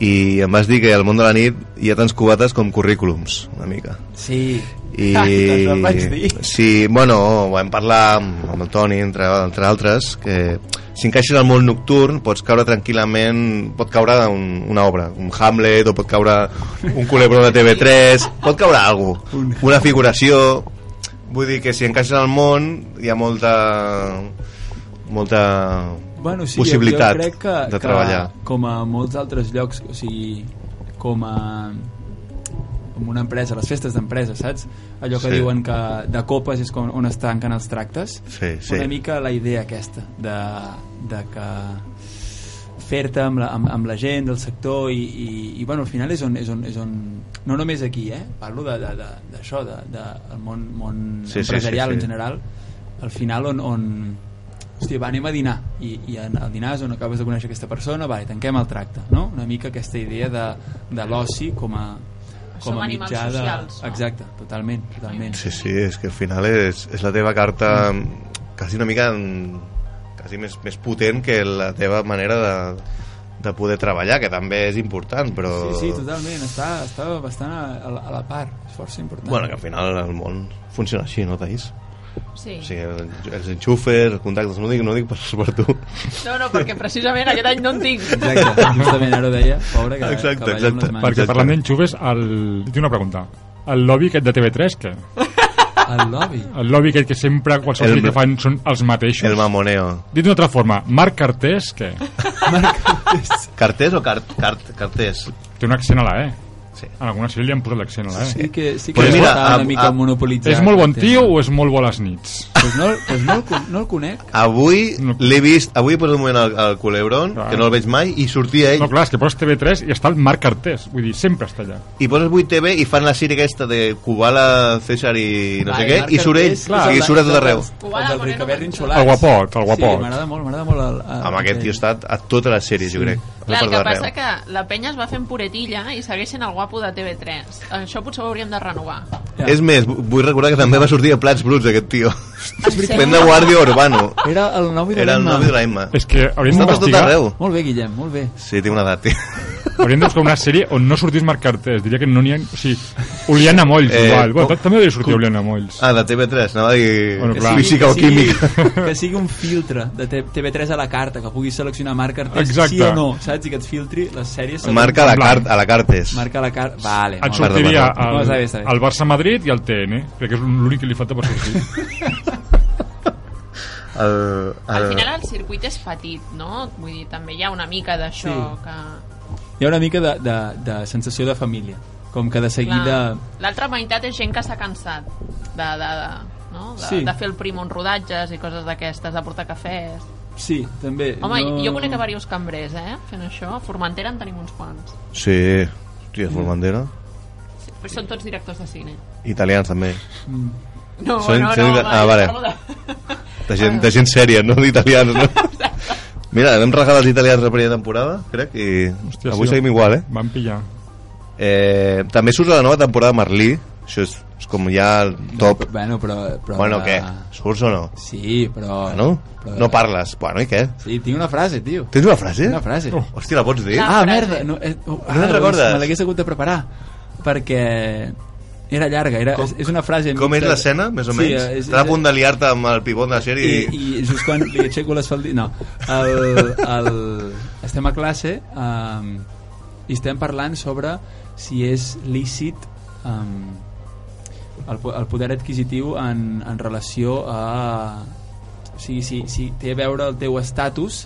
[SPEAKER 3] i em vas dir que al món de la nit hi ha tants cubates com currículums, una mica.
[SPEAKER 10] Sí.
[SPEAKER 3] I...
[SPEAKER 10] Te'n Ah, doncs vaig dir.
[SPEAKER 3] Sí, bueno, vam parlar amb, amb el Toni, entre, entre altres, que si encaixes al món nocturn pots caure tranquil·lament, pot caure un, una obra, un Hamlet, o pot caure un culebró de TV3, pot caure alguna cosa, una figuració... Vull dir que si encaixes al món hi ha molta molta
[SPEAKER 10] bueno, sí,
[SPEAKER 3] possibilitat
[SPEAKER 10] jo crec que,
[SPEAKER 3] de
[SPEAKER 10] que
[SPEAKER 3] treballar.
[SPEAKER 10] Com a molts altres llocs, o sigui, com a com una empresa, les festes d'empresa, saps? Allò que
[SPEAKER 3] Sí.
[SPEAKER 10] diuen que de copes és com on es tanquen els tractes.
[SPEAKER 3] Sí, sí.
[SPEAKER 10] Una mica la idea aquesta de, de que fer-te amb, la, amb, amb la gent del sector i, i, i bueno, al final és on, és, on, és on... No només aquí, eh? Parlo de- de- de- d'això, de, de, del món, món
[SPEAKER 3] Sí, sí, sí,
[SPEAKER 10] empresarial
[SPEAKER 3] sí.
[SPEAKER 10] en general. Al final on, on, hòstia, va, anem a dinar i, i en- al dinar és on acabes de conèixer aquesta persona va, i tanquem el tracte, no? Una mica aquesta idea de, de l'oci com a, com
[SPEAKER 6] Som
[SPEAKER 10] a
[SPEAKER 6] animals
[SPEAKER 10] mitjà
[SPEAKER 6] socials,
[SPEAKER 10] de... Exacte, totalment, totalment.
[SPEAKER 3] Sí, sí, és que al final és, és la teva carta quasi una mica en, quasi més, més potent que la teva manera de, de poder treballar, que també és important, però...
[SPEAKER 10] Sí, sí, totalment, està, està bastant a, a, la- a la part, és força important.
[SPEAKER 3] Bueno, que al final el món funciona així, no, Taís?
[SPEAKER 6] Sí.
[SPEAKER 3] O sigui, els- els enxufes, els contactes, no dic, no dic per, (laughs) per tu.
[SPEAKER 6] No, no, perquè precisament aquest any no en tinc.
[SPEAKER 10] Exacte, justament ara ho deia, pobre, que,
[SPEAKER 3] Exacte,
[SPEAKER 10] que
[SPEAKER 3] exacte.
[SPEAKER 10] balla amb les mans.
[SPEAKER 3] Ah, Exacte.
[SPEAKER 9] Perquè parlant d'enxufes, el... tinc una pregunta. El lobby aquest de TV3, què?
[SPEAKER 10] El lobby?
[SPEAKER 9] El lobby aquest que sempre qualsevol
[SPEAKER 3] El-
[SPEAKER 9] el... que fan són els mateixos.
[SPEAKER 3] El mamoneo.
[SPEAKER 9] Dit d'una altra forma, Marc Cartés, què?
[SPEAKER 3] Cartés o cart, cart, cartés?
[SPEAKER 9] Té un accent a la E.
[SPEAKER 3] Sí.
[SPEAKER 9] En alguna sèrie li han posat l'accent a la E.
[SPEAKER 10] Sí que- sí que Pues mira, està una a- mica a- monopolitzat
[SPEAKER 9] És molt bon
[SPEAKER 10] el
[SPEAKER 9] tio
[SPEAKER 10] tema.
[SPEAKER 9] o és molt bo a les nits?
[SPEAKER 10] Pues no, pues no, el, con- no el conec.
[SPEAKER 3] Avui l'he vist, avui he posat un moment al, al Culebron, que no el veig mai, i sortia ell.
[SPEAKER 9] No, clar, és que poses TV3 i està el Marc Cartés. Vull dir, sempre està allà.
[SPEAKER 3] i poses 8 TV i fan la sèrie aquesta de Kubala, César i no
[SPEAKER 10] Va,
[SPEAKER 3] sé
[SPEAKER 10] i
[SPEAKER 3] què,
[SPEAKER 10] Marc
[SPEAKER 3] i surt ell,
[SPEAKER 10] Artés,
[SPEAKER 3] o sigui,
[SPEAKER 10] és
[SPEAKER 3] surt a
[SPEAKER 10] el-
[SPEAKER 3] tot arreu.
[SPEAKER 10] El del Ricabert Rinxolat.
[SPEAKER 9] El guapot, el guapot.
[SPEAKER 10] Sí, m'agrada molt, m'agrada molt. El, el,
[SPEAKER 3] Amb aquest tio ha estat a totes les sèries, jo crec.
[SPEAKER 6] Clar,
[SPEAKER 3] A
[SPEAKER 6] el
[SPEAKER 3] tot
[SPEAKER 6] que
[SPEAKER 3] arreu.
[SPEAKER 6] passa que la penya es va fent puretilla i segueixen el guapo de TV3. Això potser ho hauríem de renovar.
[SPEAKER 3] És més, vu- vull recordar que també va sortir a Plats Bruts, aquest tio.
[SPEAKER 10] Ah,
[SPEAKER 6] veritat.
[SPEAKER 3] Fent de guàrdia urbano.
[SPEAKER 10] Era el nòvio de
[SPEAKER 3] Era el
[SPEAKER 10] l'Emma.
[SPEAKER 3] nòvio de l'Emma.
[SPEAKER 9] És que hauríem
[SPEAKER 3] Estava a tot
[SPEAKER 9] d'investigar-
[SPEAKER 3] arreu.
[SPEAKER 10] Molt bé, Guillem, molt bé.
[SPEAKER 3] Sí, té una edat, tio. (laughs)
[SPEAKER 9] Hauríem de buscar una sèrie on no sortís Marc Cartés. Diria que no n'hi ha... O sigui, Oliana Molls,
[SPEAKER 3] Eh,
[SPEAKER 9] eh, igual. Bueno,
[SPEAKER 3] com-
[SPEAKER 9] ta- també hauria sortir
[SPEAKER 3] com-
[SPEAKER 9] Oliana Molls.
[SPEAKER 3] Ah, de TV3, anava a dir...
[SPEAKER 9] Bueno, clar.
[SPEAKER 3] Física o química.
[SPEAKER 10] (laughs) Que sigui un filtre de T- TV3 a la carta, que puguis seleccionar Marc Artés sí
[SPEAKER 3] Exacte.
[SPEAKER 10] o no, saps? I que et filtri les sèries... segons-
[SPEAKER 3] Marca a la cart, a la cartes.
[SPEAKER 10] Marca la carta... Vale,
[SPEAKER 9] Et
[SPEAKER 10] molt bé.
[SPEAKER 9] sortiria
[SPEAKER 10] Perdó,
[SPEAKER 9] el,
[SPEAKER 10] està bé, està bé.
[SPEAKER 9] el Barça-Madrid i el TN. eh? Crec que és l'únic que li falta per
[SPEAKER 3] (laughs)
[SPEAKER 9] sortir.
[SPEAKER 3] El,
[SPEAKER 6] Al final el circuit és petit, no? Vull dir, també hi ha una mica d'això
[SPEAKER 10] Sí.
[SPEAKER 6] que...
[SPEAKER 10] Hi ha una mica de, de, de sensació de família, com que de seguida...
[SPEAKER 6] Clar, L'altra meitat és gent que s'ha cansat de, de, de, no? de,
[SPEAKER 10] Sí.
[SPEAKER 6] de fer el primo en rodatges i coses d'aquestes, de portar cafès.
[SPEAKER 10] Sí, també.
[SPEAKER 6] Home,
[SPEAKER 10] no...
[SPEAKER 6] no... jo conec a diversos cambrers, eh? Fent això. A Formentera en tenim uns quants.
[SPEAKER 3] Sí, tio, Formandera.
[SPEAKER 6] Però són tots directors de cine.
[SPEAKER 3] Italians, també.
[SPEAKER 10] Mm.
[SPEAKER 6] No,
[SPEAKER 3] Són
[SPEAKER 6] no, eh,
[SPEAKER 3] gent-
[SPEAKER 6] no,
[SPEAKER 3] ah, vale. De gent, de gent sèria, no d'italians, no? Ah. (laughs) Mira, vam regalar als italians la primera temporada, crec, i Hòstia, avui
[SPEAKER 9] sí.
[SPEAKER 3] seguim igual, eh?
[SPEAKER 9] Van pillar.
[SPEAKER 3] eh? També surt a la nova temporada de Merlí, això és, és com ja el top.
[SPEAKER 10] Bueno, però... però
[SPEAKER 3] bueno,
[SPEAKER 10] la-
[SPEAKER 3] què? Surts o no?
[SPEAKER 10] Sí, però...
[SPEAKER 3] Bueno, Ah, no parles. Bueno, i què?
[SPEAKER 10] Sí, tinc una frase, tio.
[SPEAKER 3] Tens una frase?
[SPEAKER 10] Tinc una frase.
[SPEAKER 3] Oh. Hòstia, la pots dir?
[SPEAKER 10] ah, merda. No, eh, oh,
[SPEAKER 3] No te'n
[SPEAKER 10] doncs
[SPEAKER 3] recordes?
[SPEAKER 10] Me l'hagués hagut de preparar, perquè era llarga. Era,
[SPEAKER 3] Com-
[SPEAKER 10] és, és una frase...
[SPEAKER 3] Com és
[SPEAKER 10] mitja-
[SPEAKER 3] l'escena, més o menys?
[SPEAKER 10] eh,
[SPEAKER 3] Sí, Estàs a punt de liar-te amb el pivot de la sèrie i...
[SPEAKER 10] i, i just quan li aixeco les faldilles no, el, el, estem a classe um, i estem parlant sobre si és lícit um, el, po- el poder adquisitiu en, en relació a o sigui, si, si té a veure el teu estatus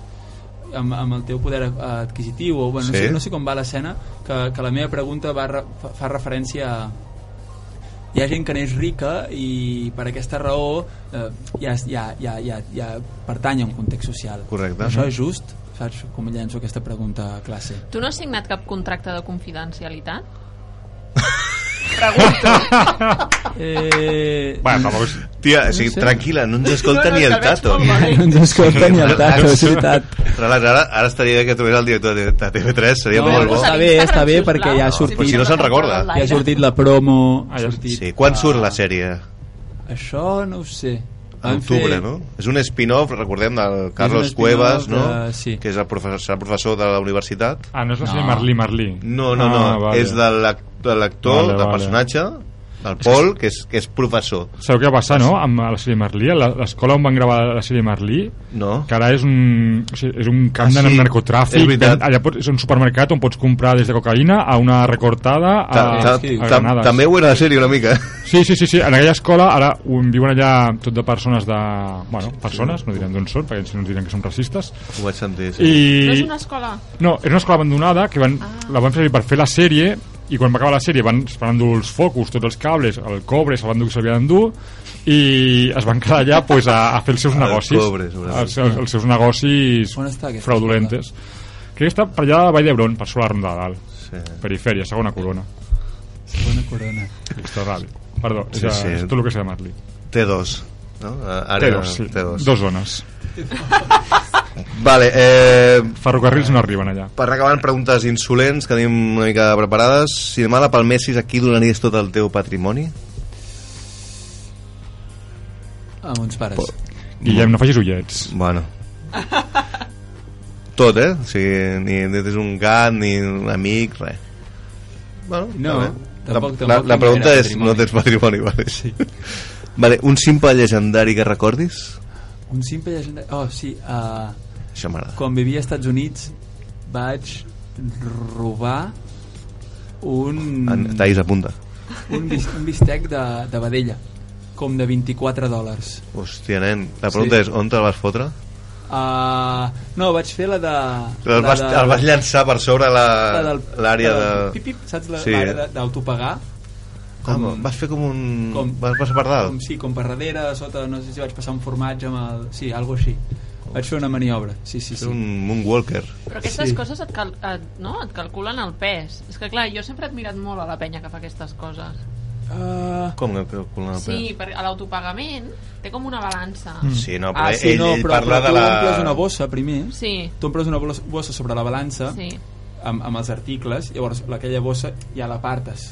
[SPEAKER 10] amb, amb el teu poder eh, adquisitiu o, bueno, no,
[SPEAKER 3] Sí.
[SPEAKER 10] sé, no sé com va l'escena que, que la meva pregunta va, re- fa, fa referència a hi ha gent que n'és rica i per aquesta raó eh, ja, es- ja, ja, ja, ja pertany a un context social.
[SPEAKER 3] Correcte.
[SPEAKER 10] Això és just? Saps com llenço aquesta pregunta a classe?
[SPEAKER 6] (laughs) Tu no has signat cap contracte de confidencialitat?
[SPEAKER 10] Eh...
[SPEAKER 3] Bueno, tampoc... Tia, o sigui,
[SPEAKER 10] No sé.
[SPEAKER 3] tranquil·la, no ens escolta
[SPEAKER 10] No, no,
[SPEAKER 3] ni
[SPEAKER 10] que
[SPEAKER 3] el
[SPEAKER 10] el veig
[SPEAKER 3] Tato.
[SPEAKER 10] molt valent. No (laughs) ens escolta ni el Tato, és veritat.
[SPEAKER 3] Relax, ara, ara estaria bé que tu eres el director de de TV3, seria
[SPEAKER 10] No,
[SPEAKER 3] molt bo.
[SPEAKER 10] està bé, està bé, perquè ja ha sortit...
[SPEAKER 3] Però si no se'n recorda.
[SPEAKER 10] Ja ha sortit la promo... Ha sortit...
[SPEAKER 3] Sí, quan surt la sèrie?
[SPEAKER 10] Això no ho sé.
[SPEAKER 3] A
[SPEAKER 10] Van
[SPEAKER 3] octubre,
[SPEAKER 10] fer-
[SPEAKER 3] no? És un spin-off, recordem, del Carlos
[SPEAKER 10] spin-off
[SPEAKER 3] Cuevas, no?
[SPEAKER 10] de- sí.
[SPEAKER 3] Que és el professor, serà professor de la universitat.
[SPEAKER 9] Ah, no és la sèrie Merlí, Merlí.
[SPEAKER 3] No, no, no,
[SPEAKER 9] Ah, vale.
[SPEAKER 3] és de l'ac- de l'actor,
[SPEAKER 9] Vale,
[SPEAKER 3] del
[SPEAKER 9] vale.
[SPEAKER 3] personatge, del Pol, que és, que és professor.
[SPEAKER 9] Sabeu què va passar, no?, amb la sèrie Merlí? A la- L'escola on van gravar la sèrie Merlí,
[SPEAKER 3] no.
[SPEAKER 9] que ara és un, o sigui, és un camp
[SPEAKER 3] Ah,
[SPEAKER 9] de
[SPEAKER 3] sí, és
[SPEAKER 9] narcotràfic.
[SPEAKER 3] veritat.
[SPEAKER 9] allà pots, és un supermercat on pots comprar des de cocaïna a una recortada a,
[SPEAKER 3] Ta- ta-
[SPEAKER 9] a
[SPEAKER 3] ta-
[SPEAKER 9] granades.
[SPEAKER 3] També ho era la sèrie una mica. (laughs)
[SPEAKER 9] Sí, sí, sí, sí, en aquella escola ara ho viuen allà tot de persones de... Bueno, persones, no direm d'on són, perquè si no ens diran que som racistes.
[SPEAKER 3] Ho vaig sentir, sí.
[SPEAKER 9] I...
[SPEAKER 6] No és una escola? Ah.
[SPEAKER 9] No, era una escola abandonada que van, la van fer per fer la sèrie i quan va acabar la sèrie van, es van endur els focus, tots els cables, el cobre, se van endur que s'havia d'endur i es van quedar allà pues, a, a fer (laughs) els seus
[SPEAKER 3] El
[SPEAKER 9] negocis.
[SPEAKER 3] cobre, sobretot.
[SPEAKER 9] els, els, els seus negocis fraudulentes. Crec que està per allà a Vall d'Hebron, per sobre la Ronda de Dalt.
[SPEAKER 3] Sí.
[SPEAKER 9] Perifèria, segona corona.
[SPEAKER 10] Segona corona.
[SPEAKER 9] Extrarràdio. Perdó, és, sí, sí. és tot el que sé de Marley.
[SPEAKER 3] T2. No? Eh,
[SPEAKER 9] T2, sí.
[SPEAKER 3] T2.
[SPEAKER 9] Dos zones.
[SPEAKER 3] Vale, eh...
[SPEAKER 9] Ferrocarrils no arriben allà.
[SPEAKER 3] Per acabar amb preguntes insolents que tenim una mica preparades, si demà la palmessis, a qui donaries tot el teu patrimoni?
[SPEAKER 10] A Ah, uns pares.
[SPEAKER 9] Guillem, no facis ullets.
[SPEAKER 10] (laughs)
[SPEAKER 3] Bueno. Tot, eh? O sigui, ni, ni tens un gat, ni un amic, res. Bueno,
[SPEAKER 10] no,
[SPEAKER 3] Vale.
[SPEAKER 10] tampoc,
[SPEAKER 3] la, la,
[SPEAKER 10] tampoc
[SPEAKER 3] la pregunta
[SPEAKER 10] era
[SPEAKER 3] és,
[SPEAKER 10] patrimoni.
[SPEAKER 3] no tens patrimoni, (laughs) vale. Sí. Vale, un simple llegendari que recordis?
[SPEAKER 10] Un simple llegendari... Oh, sí. Uh,
[SPEAKER 3] Això m'agrada.
[SPEAKER 10] Quan vivia als Estats Units vaig robar un...
[SPEAKER 3] En- Tallis apunta.
[SPEAKER 10] Un, bis, un bistec de, de vedella, com de 24 dòlars.
[SPEAKER 3] Hòstia, nen, la pregunta sí.
[SPEAKER 10] Sí.
[SPEAKER 3] és, on te'l vas fotre?
[SPEAKER 10] Uh, no, vaig fer la de...
[SPEAKER 3] El vas,
[SPEAKER 10] de-
[SPEAKER 3] el vas llançar per sobre
[SPEAKER 10] la
[SPEAKER 3] la-
[SPEAKER 10] del-
[SPEAKER 3] l'àrea
[SPEAKER 10] la
[SPEAKER 3] de...
[SPEAKER 10] del Pip, pip, saps la-
[SPEAKER 3] Sí.
[SPEAKER 10] l'àrea de- d'autopagar?
[SPEAKER 3] Com, ah, vas fer com un...
[SPEAKER 10] Com,
[SPEAKER 3] vas passar per dalt?
[SPEAKER 10] Com, sí, com per darrere, sota, no sé si vaig passar un formatge amb el... Sí, algo així. Vaig fer una maniobra, sí, sí, sí.
[SPEAKER 3] Un moonwalker.
[SPEAKER 6] Però aquestes
[SPEAKER 10] Sí.
[SPEAKER 6] sí. coses et, cal, et, no? et calculen el pes. És que, clar, jo sempre he admirat molt a la penya que fa aquestes coses.
[SPEAKER 10] Uh...
[SPEAKER 3] Com que calculant el
[SPEAKER 6] sí, per, a l'autopagament té com una balança.
[SPEAKER 3] Sí, no, però
[SPEAKER 10] ah,
[SPEAKER 3] ell- ell parla
[SPEAKER 10] tu
[SPEAKER 3] de la-
[SPEAKER 10] omples una bossa primer,
[SPEAKER 6] Sí.
[SPEAKER 10] tu omples una bolos- bossa sobre la balança
[SPEAKER 6] Sí.
[SPEAKER 10] amb, amb els articles, llavors aquella bossa ja la partes.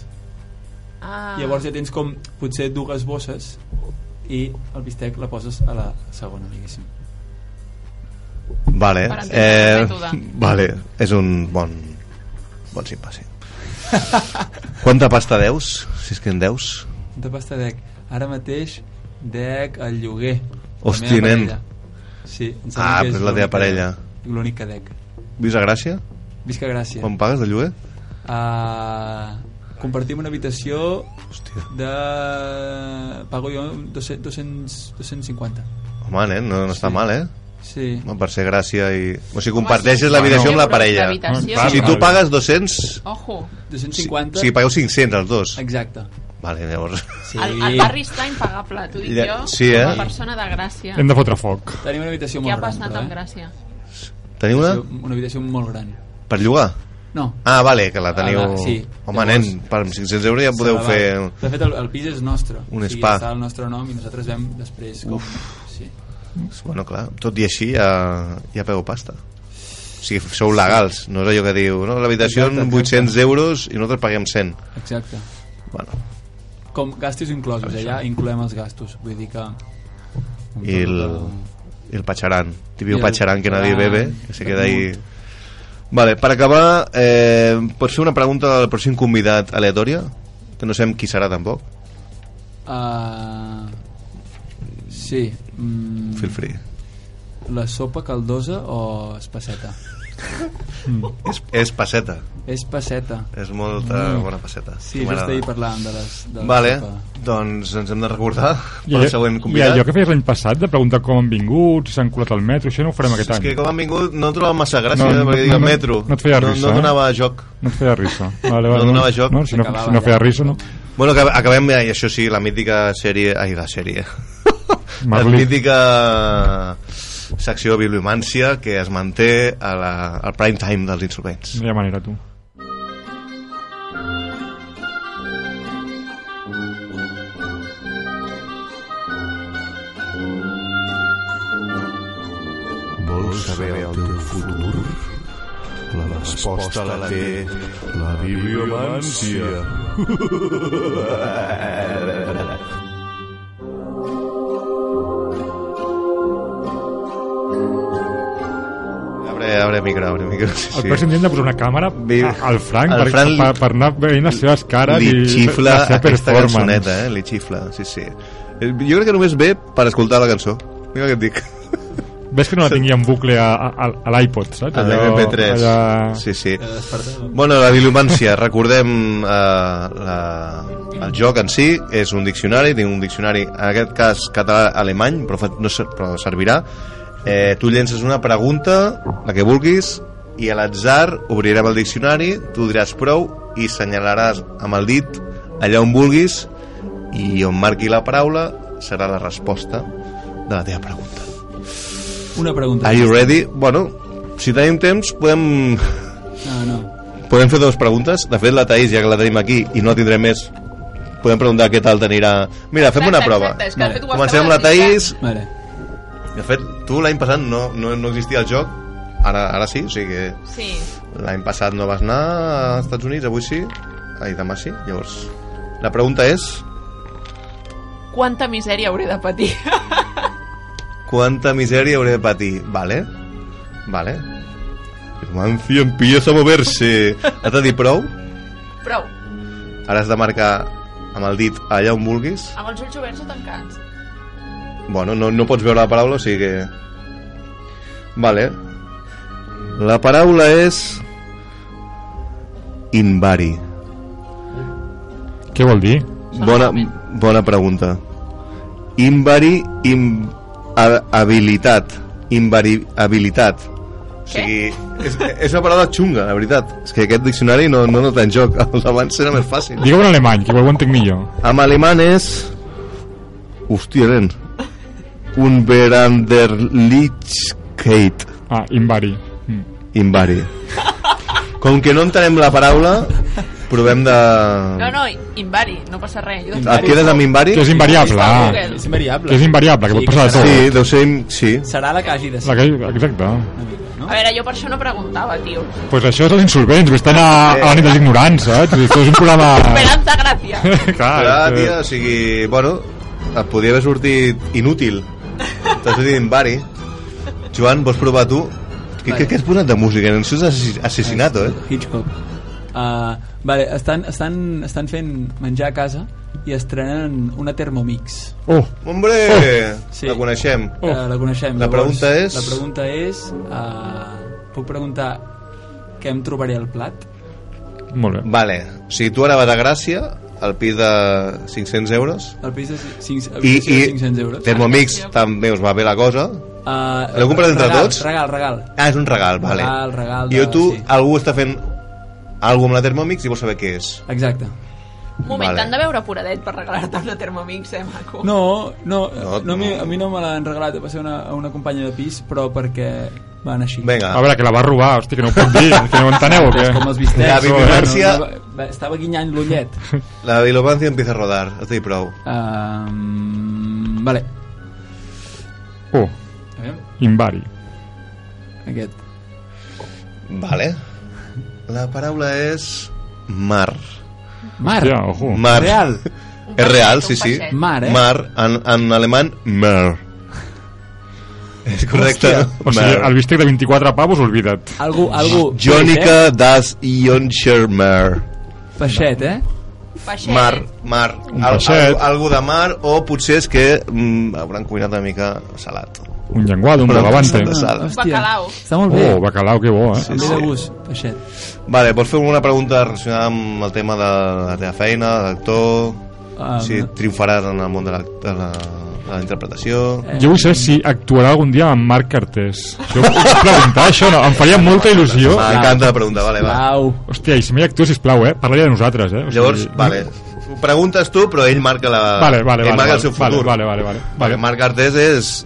[SPEAKER 6] Ah.
[SPEAKER 10] Llavors ja tens com potser dues bosses i el bistec la poses a la segona, diguéssim.
[SPEAKER 3] Vale.
[SPEAKER 10] Per entendre el
[SPEAKER 3] Eh,
[SPEAKER 10] mètode.
[SPEAKER 3] vale. És un bon... Bon simpassi. Quanta pasta deus? Si és que en deus.
[SPEAKER 10] De pasta dec. Ara mateix dec el lloguer. La
[SPEAKER 3] Hosti,
[SPEAKER 10] meva
[SPEAKER 3] nen.
[SPEAKER 10] parella. Sí, em sembla
[SPEAKER 3] Ah,
[SPEAKER 10] que
[SPEAKER 3] però és la teva
[SPEAKER 10] l'única-
[SPEAKER 3] parella.
[SPEAKER 10] L'única dec.
[SPEAKER 3] Vius a Gràcia?
[SPEAKER 10] Visca Gràcia.
[SPEAKER 3] Quan pagues de lloguer?
[SPEAKER 10] Uh, compartim una habitació Hòstia. de... Pago jo 200, 200, 250.
[SPEAKER 3] Home, nen, no, no està mal, eh?
[SPEAKER 10] Sí.
[SPEAKER 3] Home, per ser Gràcia i... O sigui,
[SPEAKER 10] Home,
[SPEAKER 3] comparteixes
[SPEAKER 10] sí.
[SPEAKER 3] l'habitació amb la
[SPEAKER 10] Bueno,
[SPEAKER 3] parella. Mm,
[SPEAKER 10] l'habitació.
[SPEAKER 3] Si tu pagues 200...
[SPEAKER 6] Ojo.
[SPEAKER 10] 250.
[SPEAKER 3] O sigui, pagueu 500 els dos.
[SPEAKER 10] Exacte.
[SPEAKER 3] Vale, llavors...
[SPEAKER 6] Sí. El, el barri està impagable, t'ho dic
[SPEAKER 3] Ja-
[SPEAKER 6] jo,
[SPEAKER 3] sí,
[SPEAKER 6] com
[SPEAKER 3] eh?
[SPEAKER 6] a persona de Gràcia.
[SPEAKER 9] Hem de fotre foc.
[SPEAKER 10] Tenim una habitació
[SPEAKER 6] Què
[SPEAKER 10] molt
[SPEAKER 6] ha
[SPEAKER 10] gran.
[SPEAKER 6] passat
[SPEAKER 10] però,
[SPEAKER 6] amb
[SPEAKER 10] eh?
[SPEAKER 6] Gràcia?
[SPEAKER 3] Teniu una?
[SPEAKER 10] Una habitació molt gran.
[SPEAKER 3] Per llogar?
[SPEAKER 10] No.
[SPEAKER 3] Ah, vale, que la teniu...
[SPEAKER 10] Ah, sí.
[SPEAKER 3] Home,
[SPEAKER 10] Llavors,
[SPEAKER 3] nen, per 500 euros ja Ah, podeu
[SPEAKER 10] se la
[SPEAKER 3] fer...
[SPEAKER 10] va- De fet, el, el pis és nostre.
[SPEAKER 3] Un
[SPEAKER 10] o sigui,
[SPEAKER 3] spa.
[SPEAKER 10] Està el nostre nom i nosaltres vam després... Com... Sí.
[SPEAKER 3] Bueno, clar, tot i així ja, ja peu pasta. O sigui, sou legals, no és allò que diu, no? L'habitació en
[SPEAKER 10] Exacte,
[SPEAKER 3] 800 euros i nosaltres paguem 100.
[SPEAKER 10] Exacte.
[SPEAKER 3] Bueno.
[SPEAKER 10] Com gastos inclosos, allà incloem els gastos. Vull dir que...
[SPEAKER 3] I el, i el patxaran,
[SPEAKER 10] I
[SPEAKER 3] tibio
[SPEAKER 10] el
[SPEAKER 3] patxaran que nadie
[SPEAKER 10] patxaran,
[SPEAKER 3] bebe, que se queda ahí...
[SPEAKER 10] vermut.
[SPEAKER 3] Vale, per acabar, eh, pots fer una pregunta al pròxim convidat aleatòria? Que no sabem qui serà tampoc.
[SPEAKER 10] Uh, sí. Mm,
[SPEAKER 3] Feel free.
[SPEAKER 10] La sopa caldosa o espasseta?
[SPEAKER 3] És, és passeta.
[SPEAKER 10] És passeta.
[SPEAKER 3] És molta bona passeta.
[SPEAKER 10] Mm. Sí,
[SPEAKER 3] M'agrada.
[SPEAKER 10] just ahir parlàvem de les... De la
[SPEAKER 3] Vale,
[SPEAKER 10] sopa.
[SPEAKER 3] doncs ens hem de recordar
[SPEAKER 9] I
[SPEAKER 3] pel
[SPEAKER 9] allò-
[SPEAKER 3] següent
[SPEAKER 9] I
[SPEAKER 3] convidat.
[SPEAKER 9] allò que feies l'any passat, de preguntar com han vingut, si s'han colat al metro, això no ho farem
[SPEAKER 3] Sí,
[SPEAKER 9] aquest
[SPEAKER 3] és
[SPEAKER 9] any.
[SPEAKER 3] que com han vingut no trobava massa gràcia, perquè dic, el metro.
[SPEAKER 9] No et feia
[SPEAKER 3] No-
[SPEAKER 9] risa,
[SPEAKER 3] no
[SPEAKER 9] eh?
[SPEAKER 3] donava joc.
[SPEAKER 9] No et feia
[SPEAKER 3] (laughs)
[SPEAKER 9] risa. Vale,
[SPEAKER 3] No
[SPEAKER 9] vale,
[SPEAKER 3] donava joc.
[SPEAKER 9] No, si, no,
[SPEAKER 3] S'acabava
[SPEAKER 9] si no feia
[SPEAKER 3] allà.
[SPEAKER 9] risa, no.
[SPEAKER 3] Bueno, que acabem, eh, i això sí, la mítica sèrie... Ai, la sèrie.
[SPEAKER 9] Merlí.
[SPEAKER 3] La mítica secció bibliomància que es manté a la, al prime time dels insolvents.
[SPEAKER 9] No hi ha manera, tu.
[SPEAKER 15] Vols saber el teu futur? La resposta la té la bibliomància.
[SPEAKER 3] Abre, abre micro, abre micro. Sí,
[SPEAKER 9] El pròxim dia hem de posar una càmera a- al Frank,
[SPEAKER 3] El
[SPEAKER 9] per,
[SPEAKER 3] Frank
[SPEAKER 9] per, per anar veient les seves cares
[SPEAKER 3] li
[SPEAKER 9] i
[SPEAKER 3] xifla
[SPEAKER 9] la seva
[SPEAKER 3] aquesta
[SPEAKER 9] performance.
[SPEAKER 3] cançoneta, eh? Li xifla, sí, sí. Eh, Jo crec que només ve per escoltar la cançó. Mira què et dic.
[SPEAKER 9] Ves que no la tingui en bucle a, a, a l'iPod, saps?
[SPEAKER 3] A l'MP3. Sí, sí. Bueno, la bilumància, recordem eh, la, el joc en si, és un diccionari, tinc un diccionari, en aquest cas català-alemany, però, fa- no, ser- però servirà. Eh, tu llences una pregunta, la que vulguis, i a l'atzar obrirem el diccionari, tu diràs prou i senyalaràs amb el dit allà on vulguis i on marqui la paraula serà la resposta de la teva pregunta.
[SPEAKER 10] Una pregunta.
[SPEAKER 3] Are you ready? Bueno, si tenim temps, podem...
[SPEAKER 10] No, no.
[SPEAKER 3] Podem fer dues preguntes. De fet, la Thaís, ja que la tenim aquí i no tindrem més, podem preguntar què tal t'anirà... Mira, fem una
[SPEAKER 6] Exacte,
[SPEAKER 3] prova.
[SPEAKER 6] exacte, és que de fet ho has
[SPEAKER 3] Comencem amb la
[SPEAKER 6] acabat de
[SPEAKER 3] Thaís.
[SPEAKER 10] Vale.
[SPEAKER 3] De fet, tu l'any passat no, no, no existia el joc. Ara, ara sí, o sigui que
[SPEAKER 6] Sí.
[SPEAKER 3] l'any passat no vas anar als Estats Units, avui sí, i demà sí. Llavors, la pregunta és
[SPEAKER 6] Quanta misèria hauré de patir? (laughs)
[SPEAKER 3] quanta misèria hauré de patir, vale? Vale. Mancio empieza a moverse. Has de dir prou?
[SPEAKER 6] Prou.
[SPEAKER 3] Ara has de marcar amb el dit allà on vulguis.
[SPEAKER 6] Amb els ulls oberts o tancats?
[SPEAKER 3] Bueno, no, no pots veure la paraula, o sigui que... Vale. La paraula és... Invari.
[SPEAKER 9] Què vol dir?
[SPEAKER 3] Bona, bona pregunta. Invari... In, ha- habilitat. Invariabilitat. O sigui, és, és una paraula xunga, la veritat. És que aquest diccionari no, no nota en (laughs) joc. El d'abans era més fàcil.
[SPEAKER 9] Digue-ho en alemany, que igual ho entenc millor.
[SPEAKER 3] Amb alemany és... Hòstia, nen. Un Veranderlichkeit.
[SPEAKER 9] Ah, invari.
[SPEAKER 3] Invari. Com que no entenem la paraula, provem de...
[SPEAKER 6] No, no, invari, no passa res. Jo
[SPEAKER 3] Et quedes amb invari?
[SPEAKER 9] Que és invariable, ah.
[SPEAKER 10] És invariable.
[SPEAKER 9] Que és invariable, que pot passar de tot.
[SPEAKER 3] Sí, deu ser... in- Sí.
[SPEAKER 10] Serà la que hagi de ser.
[SPEAKER 9] La que, exacte.
[SPEAKER 10] Ah,
[SPEAKER 6] No? A veure, jo per això no preguntava, tio.
[SPEAKER 9] Doncs pues això és els insolvents, que estan a, a la nit dels ignorants, saps? Això és un programa...
[SPEAKER 6] Esperanza, gràcia.
[SPEAKER 9] (laughs) Clar,
[SPEAKER 3] Clar,
[SPEAKER 9] Ah, és que-
[SPEAKER 3] tia, o sigui... Bueno, et podria haver sortit inútil. T'has sortit invari. Joan, vols provar tu? Què, què, què has posat de música? nen? Això és assass- assassinato, eh?
[SPEAKER 10] Hitchcock. Uh, vale, estan, estan, estan fent menjar a casa i estrenen una Thermomix.
[SPEAKER 9] Oh!
[SPEAKER 3] Hombre! La coneixem.
[SPEAKER 10] Uh, la coneixem.
[SPEAKER 3] La
[SPEAKER 10] Llavors,
[SPEAKER 3] pregunta és...
[SPEAKER 10] La pregunta és... Uh, puc preguntar què em trobaré al plat?
[SPEAKER 9] Molt bé.
[SPEAKER 3] Vale. O sigui, tu ara vas a Gràcia, al pis de 500 euros,
[SPEAKER 10] El pis de 5,
[SPEAKER 3] i, i
[SPEAKER 10] 500 euros.
[SPEAKER 3] Thermomix també us va bé la cosa.
[SPEAKER 10] Uh,
[SPEAKER 3] L'heu comprat entre
[SPEAKER 10] regal,
[SPEAKER 3] tots?
[SPEAKER 10] Regal, regal.
[SPEAKER 3] Ah, és un regal, vale.
[SPEAKER 10] Regal, regal de-
[SPEAKER 3] I tu,
[SPEAKER 10] sí.
[SPEAKER 3] algú està fent alguna amb la Thermomix i vols saber què és.
[SPEAKER 10] Exacte.
[SPEAKER 6] Un moment,
[SPEAKER 3] Vale.
[SPEAKER 6] t'han de veure poradet per regalar-te una Thermomix, eh, maco?
[SPEAKER 10] No, no,
[SPEAKER 3] No,
[SPEAKER 10] no, no, a mi- a mi no me l'han regalat, va ser una, a una companya de pis, però perquè van així.
[SPEAKER 3] Vinga.
[SPEAKER 9] A veure, que la va robar, hosti, que no ho puc dir, que no ho enteneu o què?
[SPEAKER 10] Com els bistecs.
[SPEAKER 3] La bibliomància-
[SPEAKER 10] No, no, no, va- estava guinyant l'ullet.
[SPEAKER 3] (laughs) La bilobancia empieza a rodar, has dit prou.
[SPEAKER 10] Um, vale.
[SPEAKER 9] Oh,
[SPEAKER 10] Aviam.
[SPEAKER 9] invari.
[SPEAKER 10] Aquest.
[SPEAKER 3] (laughs) Vale. La paraula és... Mar.
[SPEAKER 10] Mar?
[SPEAKER 9] Hòstia, ojo.
[SPEAKER 3] Mar.
[SPEAKER 10] Real.
[SPEAKER 3] (laughs) És real, sí, sí.
[SPEAKER 10] passet. Mar, eh?
[SPEAKER 3] Mar, en, en alemany, mer. És correcte.
[SPEAKER 9] O sigui, el bistec de 24 pavos, olvida't.
[SPEAKER 10] Algú, algú...
[SPEAKER 3] Jònica das Ionschermer.
[SPEAKER 10] Peixet, eh?
[SPEAKER 6] Peixet.
[SPEAKER 3] Mar, mar.
[SPEAKER 9] Un
[SPEAKER 3] Al,
[SPEAKER 9] peixet.
[SPEAKER 3] al, algo de mar o potser és que mm, hauran cuinat una mica salat.
[SPEAKER 9] Un llenguado, un
[SPEAKER 3] Però
[SPEAKER 9] relevante.
[SPEAKER 3] de sal. Hòstia.
[SPEAKER 6] Bacalao.
[SPEAKER 10] Està molt bé.
[SPEAKER 9] Oh, bacalao, que bo, eh?
[SPEAKER 3] Sí, sí.
[SPEAKER 10] gust, peixet.
[SPEAKER 3] Vale, vols fer una pregunta relacionada amb el tema de la teva feina, d'actor,
[SPEAKER 10] Ah,
[SPEAKER 3] si
[SPEAKER 10] no.
[SPEAKER 3] triomfaràs en el món de la, de la, de la interpretació...
[SPEAKER 9] Jo vull saber si actuarà algun dia amb Marc Cartés. Jo us puc preguntar això, no? Em faria molta il·lusió.
[SPEAKER 3] M'encanta la pregunta, vale, va.
[SPEAKER 10] Sisplau.
[SPEAKER 9] Hòstia, i si no hi ha actor, sisplau, eh? Parlaria de nosaltres, eh? O sigui-
[SPEAKER 3] Llavors, vale, ho preguntes tu, però ell marca la...
[SPEAKER 9] Vale, vale,
[SPEAKER 3] ell
[SPEAKER 9] vale,
[SPEAKER 3] marca
[SPEAKER 9] vale,
[SPEAKER 3] Eh, el seu
[SPEAKER 9] vale,
[SPEAKER 3] futur.
[SPEAKER 9] vale, vale, vale.
[SPEAKER 3] vale. Marc Artés és...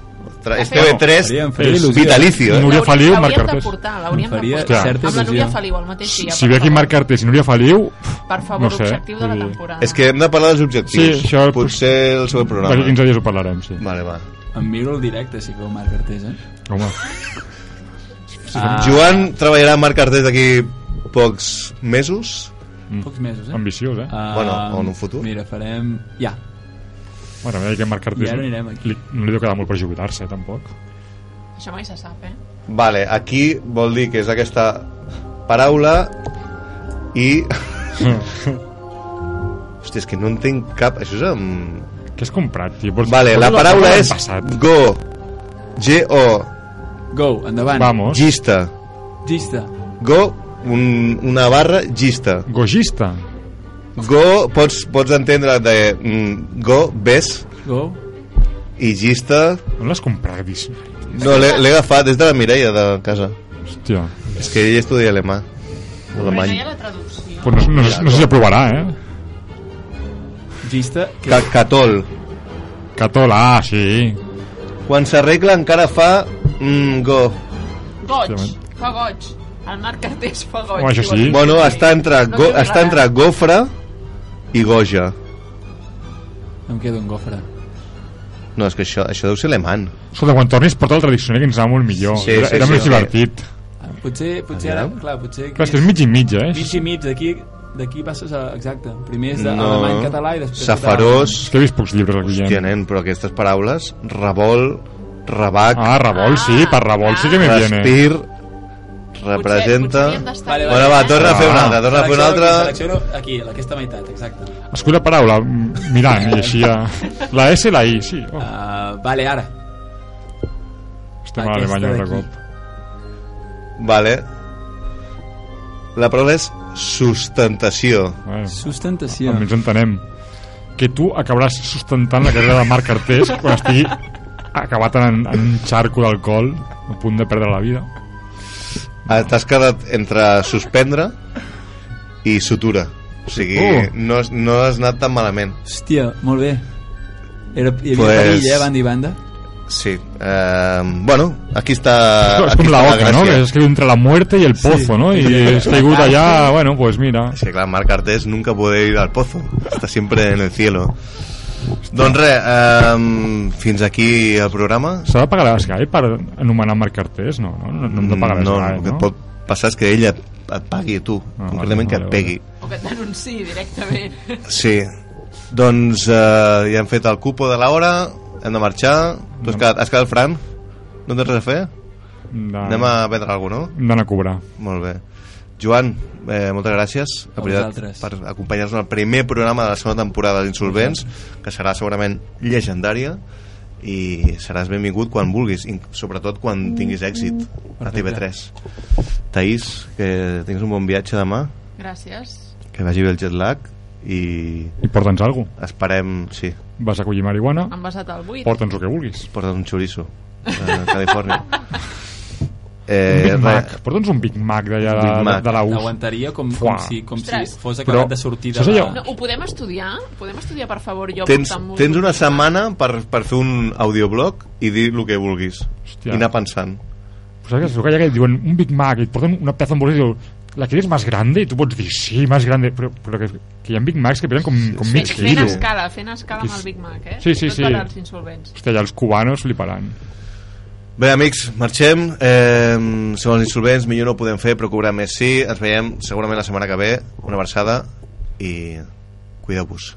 [SPEAKER 3] tra- És
[SPEAKER 6] Bueno,
[SPEAKER 3] TV3,
[SPEAKER 10] faríem fer
[SPEAKER 3] és
[SPEAKER 10] il·lusió.
[SPEAKER 3] vitalicio, eh?
[SPEAKER 9] Núria Feliu, Marc
[SPEAKER 6] L'hauríem de
[SPEAKER 9] Artés.
[SPEAKER 6] portar, l'hauríem de
[SPEAKER 9] Faria
[SPEAKER 6] portar.
[SPEAKER 9] certa
[SPEAKER 6] Amb la Núria
[SPEAKER 9] il·lusió.
[SPEAKER 6] Feliu, el mateix dia.
[SPEAKER 9] Si
[SPEAKER 6] per
[SPEAKER 9] ve aquí
[SPEAKER 6] favor.
[SPEAKER 9] Marc Cartés i Núria Feliu...
[SPEAKER 6] Per favor,
[SPEAKER 9] no sé,
[SPEAKER 6] objectiu de la
[SPEAKER 9] vull dir-
[SPEAKER 6] temporada.
[SPEAKER 3] És que hem de parlar dels objectius.
[SPEAKER 9] Sí, això-
[SPEAKER 3] Potser el seu programa.
[SPEAKER 9] D'aquí 15 dies ho parlarem, sí.
[SPEAKER 3] Vale, eh. va.
[SPEAKER 10] Em miro el directe, si veu Marc Artés, eh?
[SPEAKER 9] Home.
[SPEAKER 10] Ah,
[SPEAKER 3] Joan treballarà amb Marc Artés d'aquí pocs mesos.
[SPEAKER 10] Pocs mesos, eh?
[SPEAKER 9] Ambiciós, eh?
[SPEAKER 10] Ah,
[SPEAKER 3] Bueno, o en un futur.
[SPEAKER 10] Mira, farem... Ja.
[SPEAKER 9] Bueno, mira, que Marc Cartés
[SPEAKER 10] I ara anirem aquí.
[SPEAKER 9] li, no li deu quedar molt per jubilar-se, tampoc.
[SPEAKER 6] Això mai se sap, eh?
[SPEAKER 3] Vale, aquí vol dir que és aquesta paraula
[SPEAKER 9] (laughs)
[SPEAKER 3] i... Hòstia, és que no entenc cap... Això és amb...
[SPEAKER 9] Què has comprat, tio? Vols-
[SPEAKER 3] Vale, la
[SPEAKER 9] vols-
[SPEAKER 3] paraula
[SPEAKER 9] l'hem
[SPEAKER 3] és
[SPEAKER 9] Passat.
[SPEAKER 3] go. G-O.
[SPEAKER 10] Go, endavant.
[SPEAKER 9] Vamos.
[SPEAKER 3] Gista.
[SPEAKER 10] Gista.
[SPEAKER 3] Go, un, una barra, gista.
[SPEAKER 9] Gogista.
[SPEAKER 3] Go, pots, pots entendre de mm, go, ves,
[SPEAKER 10] Go.
[SPEAKER 3] i gista...
[SPEAKER 9] On l'has comprat, dic?
[SPEAKER 3] No, l'he l'he agafat des de la Mireia de casa.
[SPEAKER 9] Hòstia.
[SPEAKER 3] És que ell estudia alemà. Alemany.
[SPEAKER 6] La traducció.
[SPEAKER 9] Pues no, no, no, no sé si aprovarà, eh?
[SPEAKER 10] Gista. Que...
[SPEAKER 3] Ca Catol.
[SPEAKER 9] Catolà, ah, sí.
[SPEAKER 3] Quan s'arregla encara fa mm, go.
[SPEAKER 6] Goig. Fa goig. El Marc Artés fa goig.
[SPEAKER 9] Home, això sí.
[SPEAKER 6] diu el
[SPEAKER 3] Bueno,
[SPEAKER 6] Marc
[SPEAKER 3] està entre,
[SPEAKER 6] No
[SPEAKER 3] go,
[SPEAKER 6] t'agrada.
[SPEAKER 3] està entre gofre i goja.
[SPEAKER 10] Em quedo un gofre.
[SPEAKER 3] No, és que això, això deu ser alemany.
[SPEAKER 9] Escolta, quan tornis porta el tradicional que ens anava molt millor.
[SPEAKER 3] Sí,
[SPEAKER 9] era
[SPEAKER 3] sí,
[SPEAKER 9] era
[SPEAKER 3] sí,
[SPEAKER 9] més
[SPEAKER 3] sí.
[SPEAKER 9] divertit.
[SPEAKER 10] Ah, Potser, potser ara...
[SPEAKER 3] Aviam.
[SPEAKER 10] Clar, potser...
[SPEAKER 9] Clar, és que és mig i mig, eh?
[SPEAKER 10] Mig i mig, d'aquí d'aquí passes a... Exacte. Primer és
[SPEAKER 3] No.
[SPEAKER 10] d'alemany, català i després...
[SPEAKER 3] Safarós.
[SPEAKER 9] És que he vist pocs llibres al
[SPEAKER 3] Hòstia,
[SPEAKER 9] Guillem.
[SPEAKER 3] nen, però aquestes paraules... Rebol, rebac,
[SPEAKER 9] Ah, Rebol, sí, per Rebol sí que me viene.
[SPEAKER 3] respir... Representa...
[SPEAKER 6] potser havíem d'estar Vale,
[SPEAKER 3] bueno, va, torna a fer una altra, torna a fer una
[SPEAKER 10] Selecciono aquí,
[SPEAKER 3] altra...
[SPEAKER 10] Selecciono aquí, aquesta meitat, exacte.
[SPEAKER 9] Escull la paraula, mm, mirant, i així ja... La S i la I, sí. Oh,
[SPEAKER 10] Uh, vale, ara.
[SPEAKER 9] estem a
[SPEAKER 10] aquesta
[SPEAKER 9] l'Alemanya un altre
[SPEAKER 10] d'aquí.
[SPEAKER 9] cop.
[SPEAKER 3] Vale. La paraula és sustentació.
[SPEAKER 9] Bueno,
[SPEAKER 10] Sustentació.
[SPEAKER 9] almenys entenem. Que tu acabaràs sustentant la carrera de Marc Artés quan estigui acabat en, en un xarco d'alcohol a punt de perdre la vida.
[SPEAKER 3] Ah, T'has quedat entre suspendre i sutura. O sigui,
[SPEAKER 9] Uh.
[SPEAKER 3] no, has- no has anat tan malament.
[SPEAKER 10] Hòstia, molt bé. Era, hi
[SPEAKER 3] Pues-
[SPEAKER 10] havia pues... perill, eh, banda i banda.
[SPEAKER 3] Sí. Eh, bueno, aquí està...
[SPEAKER 9] (laughs) és
[SPEAKER 3] aquí
[SPEAKER 9] com la
[SPEAKER 3] està
[SPEAKER 9] oca, no?
[SPEAKER 3] gràcia.
[SPEAKER 9] Que has caigut entre la muerte i el pozo, no? I has caigut allà, bueno, pues mira...
[SPEAKER 3] Sí, clar, Marc Artés nunca puede ir al pozo. Está siempre en el cielo. Doncs res, eh, fins aquí el programa.
[SPEAKER 9] S'ha de pagar a Sky per anomenar Marc Cartés? No, no, no, no hem de pagar a
[SPEAKER 3] Mm, no,
[SPEAKER 9] Sky,
[SPEAKER 3] el
[SPEAKER 9] no?
[SPEAKER 3] que pot passar és que ella et pagui a tu,
[SPEAKER 9] Ah,
[SPEAKER 3] concretament que
[SPEAKER 9] vale,
[SPEAKER 3] et
[SPEAKER 9] vale,
[SPEAKER 3] pegui.
[SPEAKER 6] O que t'anunciï directament. (laughs)
[SPEAKER 3] Sí. Doncs eh, ja hem fet el cupo de l'hora, hem de marxar. Tu has quedat, has quedat Fran? No tens res a fer?
[SPEAKER 10] Ah.
[SPEAKER 9] De...
[SPEAKER 3] Anem a vendre alguna cosa, no?
[SPEAKER 9] Hem d'anar a cobrar.
[SPEAKER 3] Molt bé. Joan, eh, moltes gràcies
[SPEAKER 10] A
[SPEAKER 3] veritat,
[SPEAKER 10] vosaltres.
[SPEAKER 3] per acompanyar-nos al primer programa de la segona temporada d'Insolvents, que serà segurament llegendària i seràs benvingut quan vulguis, i sobretot quan tinguis èxit a TV3. Taís, que tinguis un bon viatge demà,
[SPEAKER 6] Gràcies.
[SPEAKER 3] que vagi bé el jet lag i
[SPEAKER 9] I porta'ns alguna cosa.
[SPEAKER 3] esperem, sí,
[SPEAKER 9] Vas a collir marihuana,
[SPEAKER 6] Han basat el buit.
[SPEAKER 9] porta'ns el que vulguis.
[SPEAKER 3] porta't un chorizo a
[SPEAKER 9] (laughs)
[SPEAKER 3] Califòrnia.
[SPEAKER 9] Un
[SPEAKER 3] Eh,
[SPEAKER 9] Big
[SPEAKER 3] re-
[SPEAKER 9] Mac. Porta'ns un Big Mac d'allà de,
[SPEAKER 3] Big
[SPEAKER 9] de,
[SPEAKER 3] Mac.
[SPEAKER 9] de la US.
[SPEAKER 10] L'aguantaria com,
[SPEAKER 9] Fuà.
[SPEAKER 10] com, si, com si
[SPEAKER 6] Ostres.
[SPEAKER 10] fos
[SPEAKER 9] Però-
[SPEAKER 10] acabat de sortir de
[SPEAKER 9] saps allò?
[SPEAKER 6] No, ho podem estudiar? Podem estudiar, per favor, jo
[SPEAKER 3] tens,
[SPEAKER 6] portant
[SPEAKER 3] tens una setmana per, per fer un audioblog i dir el que vulguis
[SPEAKER 9] Hòstia.
[SPEAKER 3] i anar pensant
[SPEAKER 9] ¿Sabes? Lo que hay que diuen un Big Mac i et porten una peça hamburguesa i diu la quieres más grande? I tu pots dir, sí, más grande. Però, però que, que hi ha Big Macs que pesen com, com
[SPEAKER 6] Fent-
[SPEAKER 9] mig
[SPEAKER 6] Fent
[SPEAKER 9] quilo.
[SPEAKER 6] escala, fent escala amb el Big Mac, eh?
[SPEAKER 9] Sí, sí,
[SPEAKER 6] Tot
[SPEAKER 9] sí.
[SPEAKER 6] per als insolvents.
[SPEAKER 9] Hòstia, ja els cubanos fliparan.
[SPEAKER 3] Bé, amics, marxem. Eh, som els insolvents, millor no ho podem fer, però cobrar més sí. Ens veiem segurament la setmana que ve. Una versada i cuideu-vos.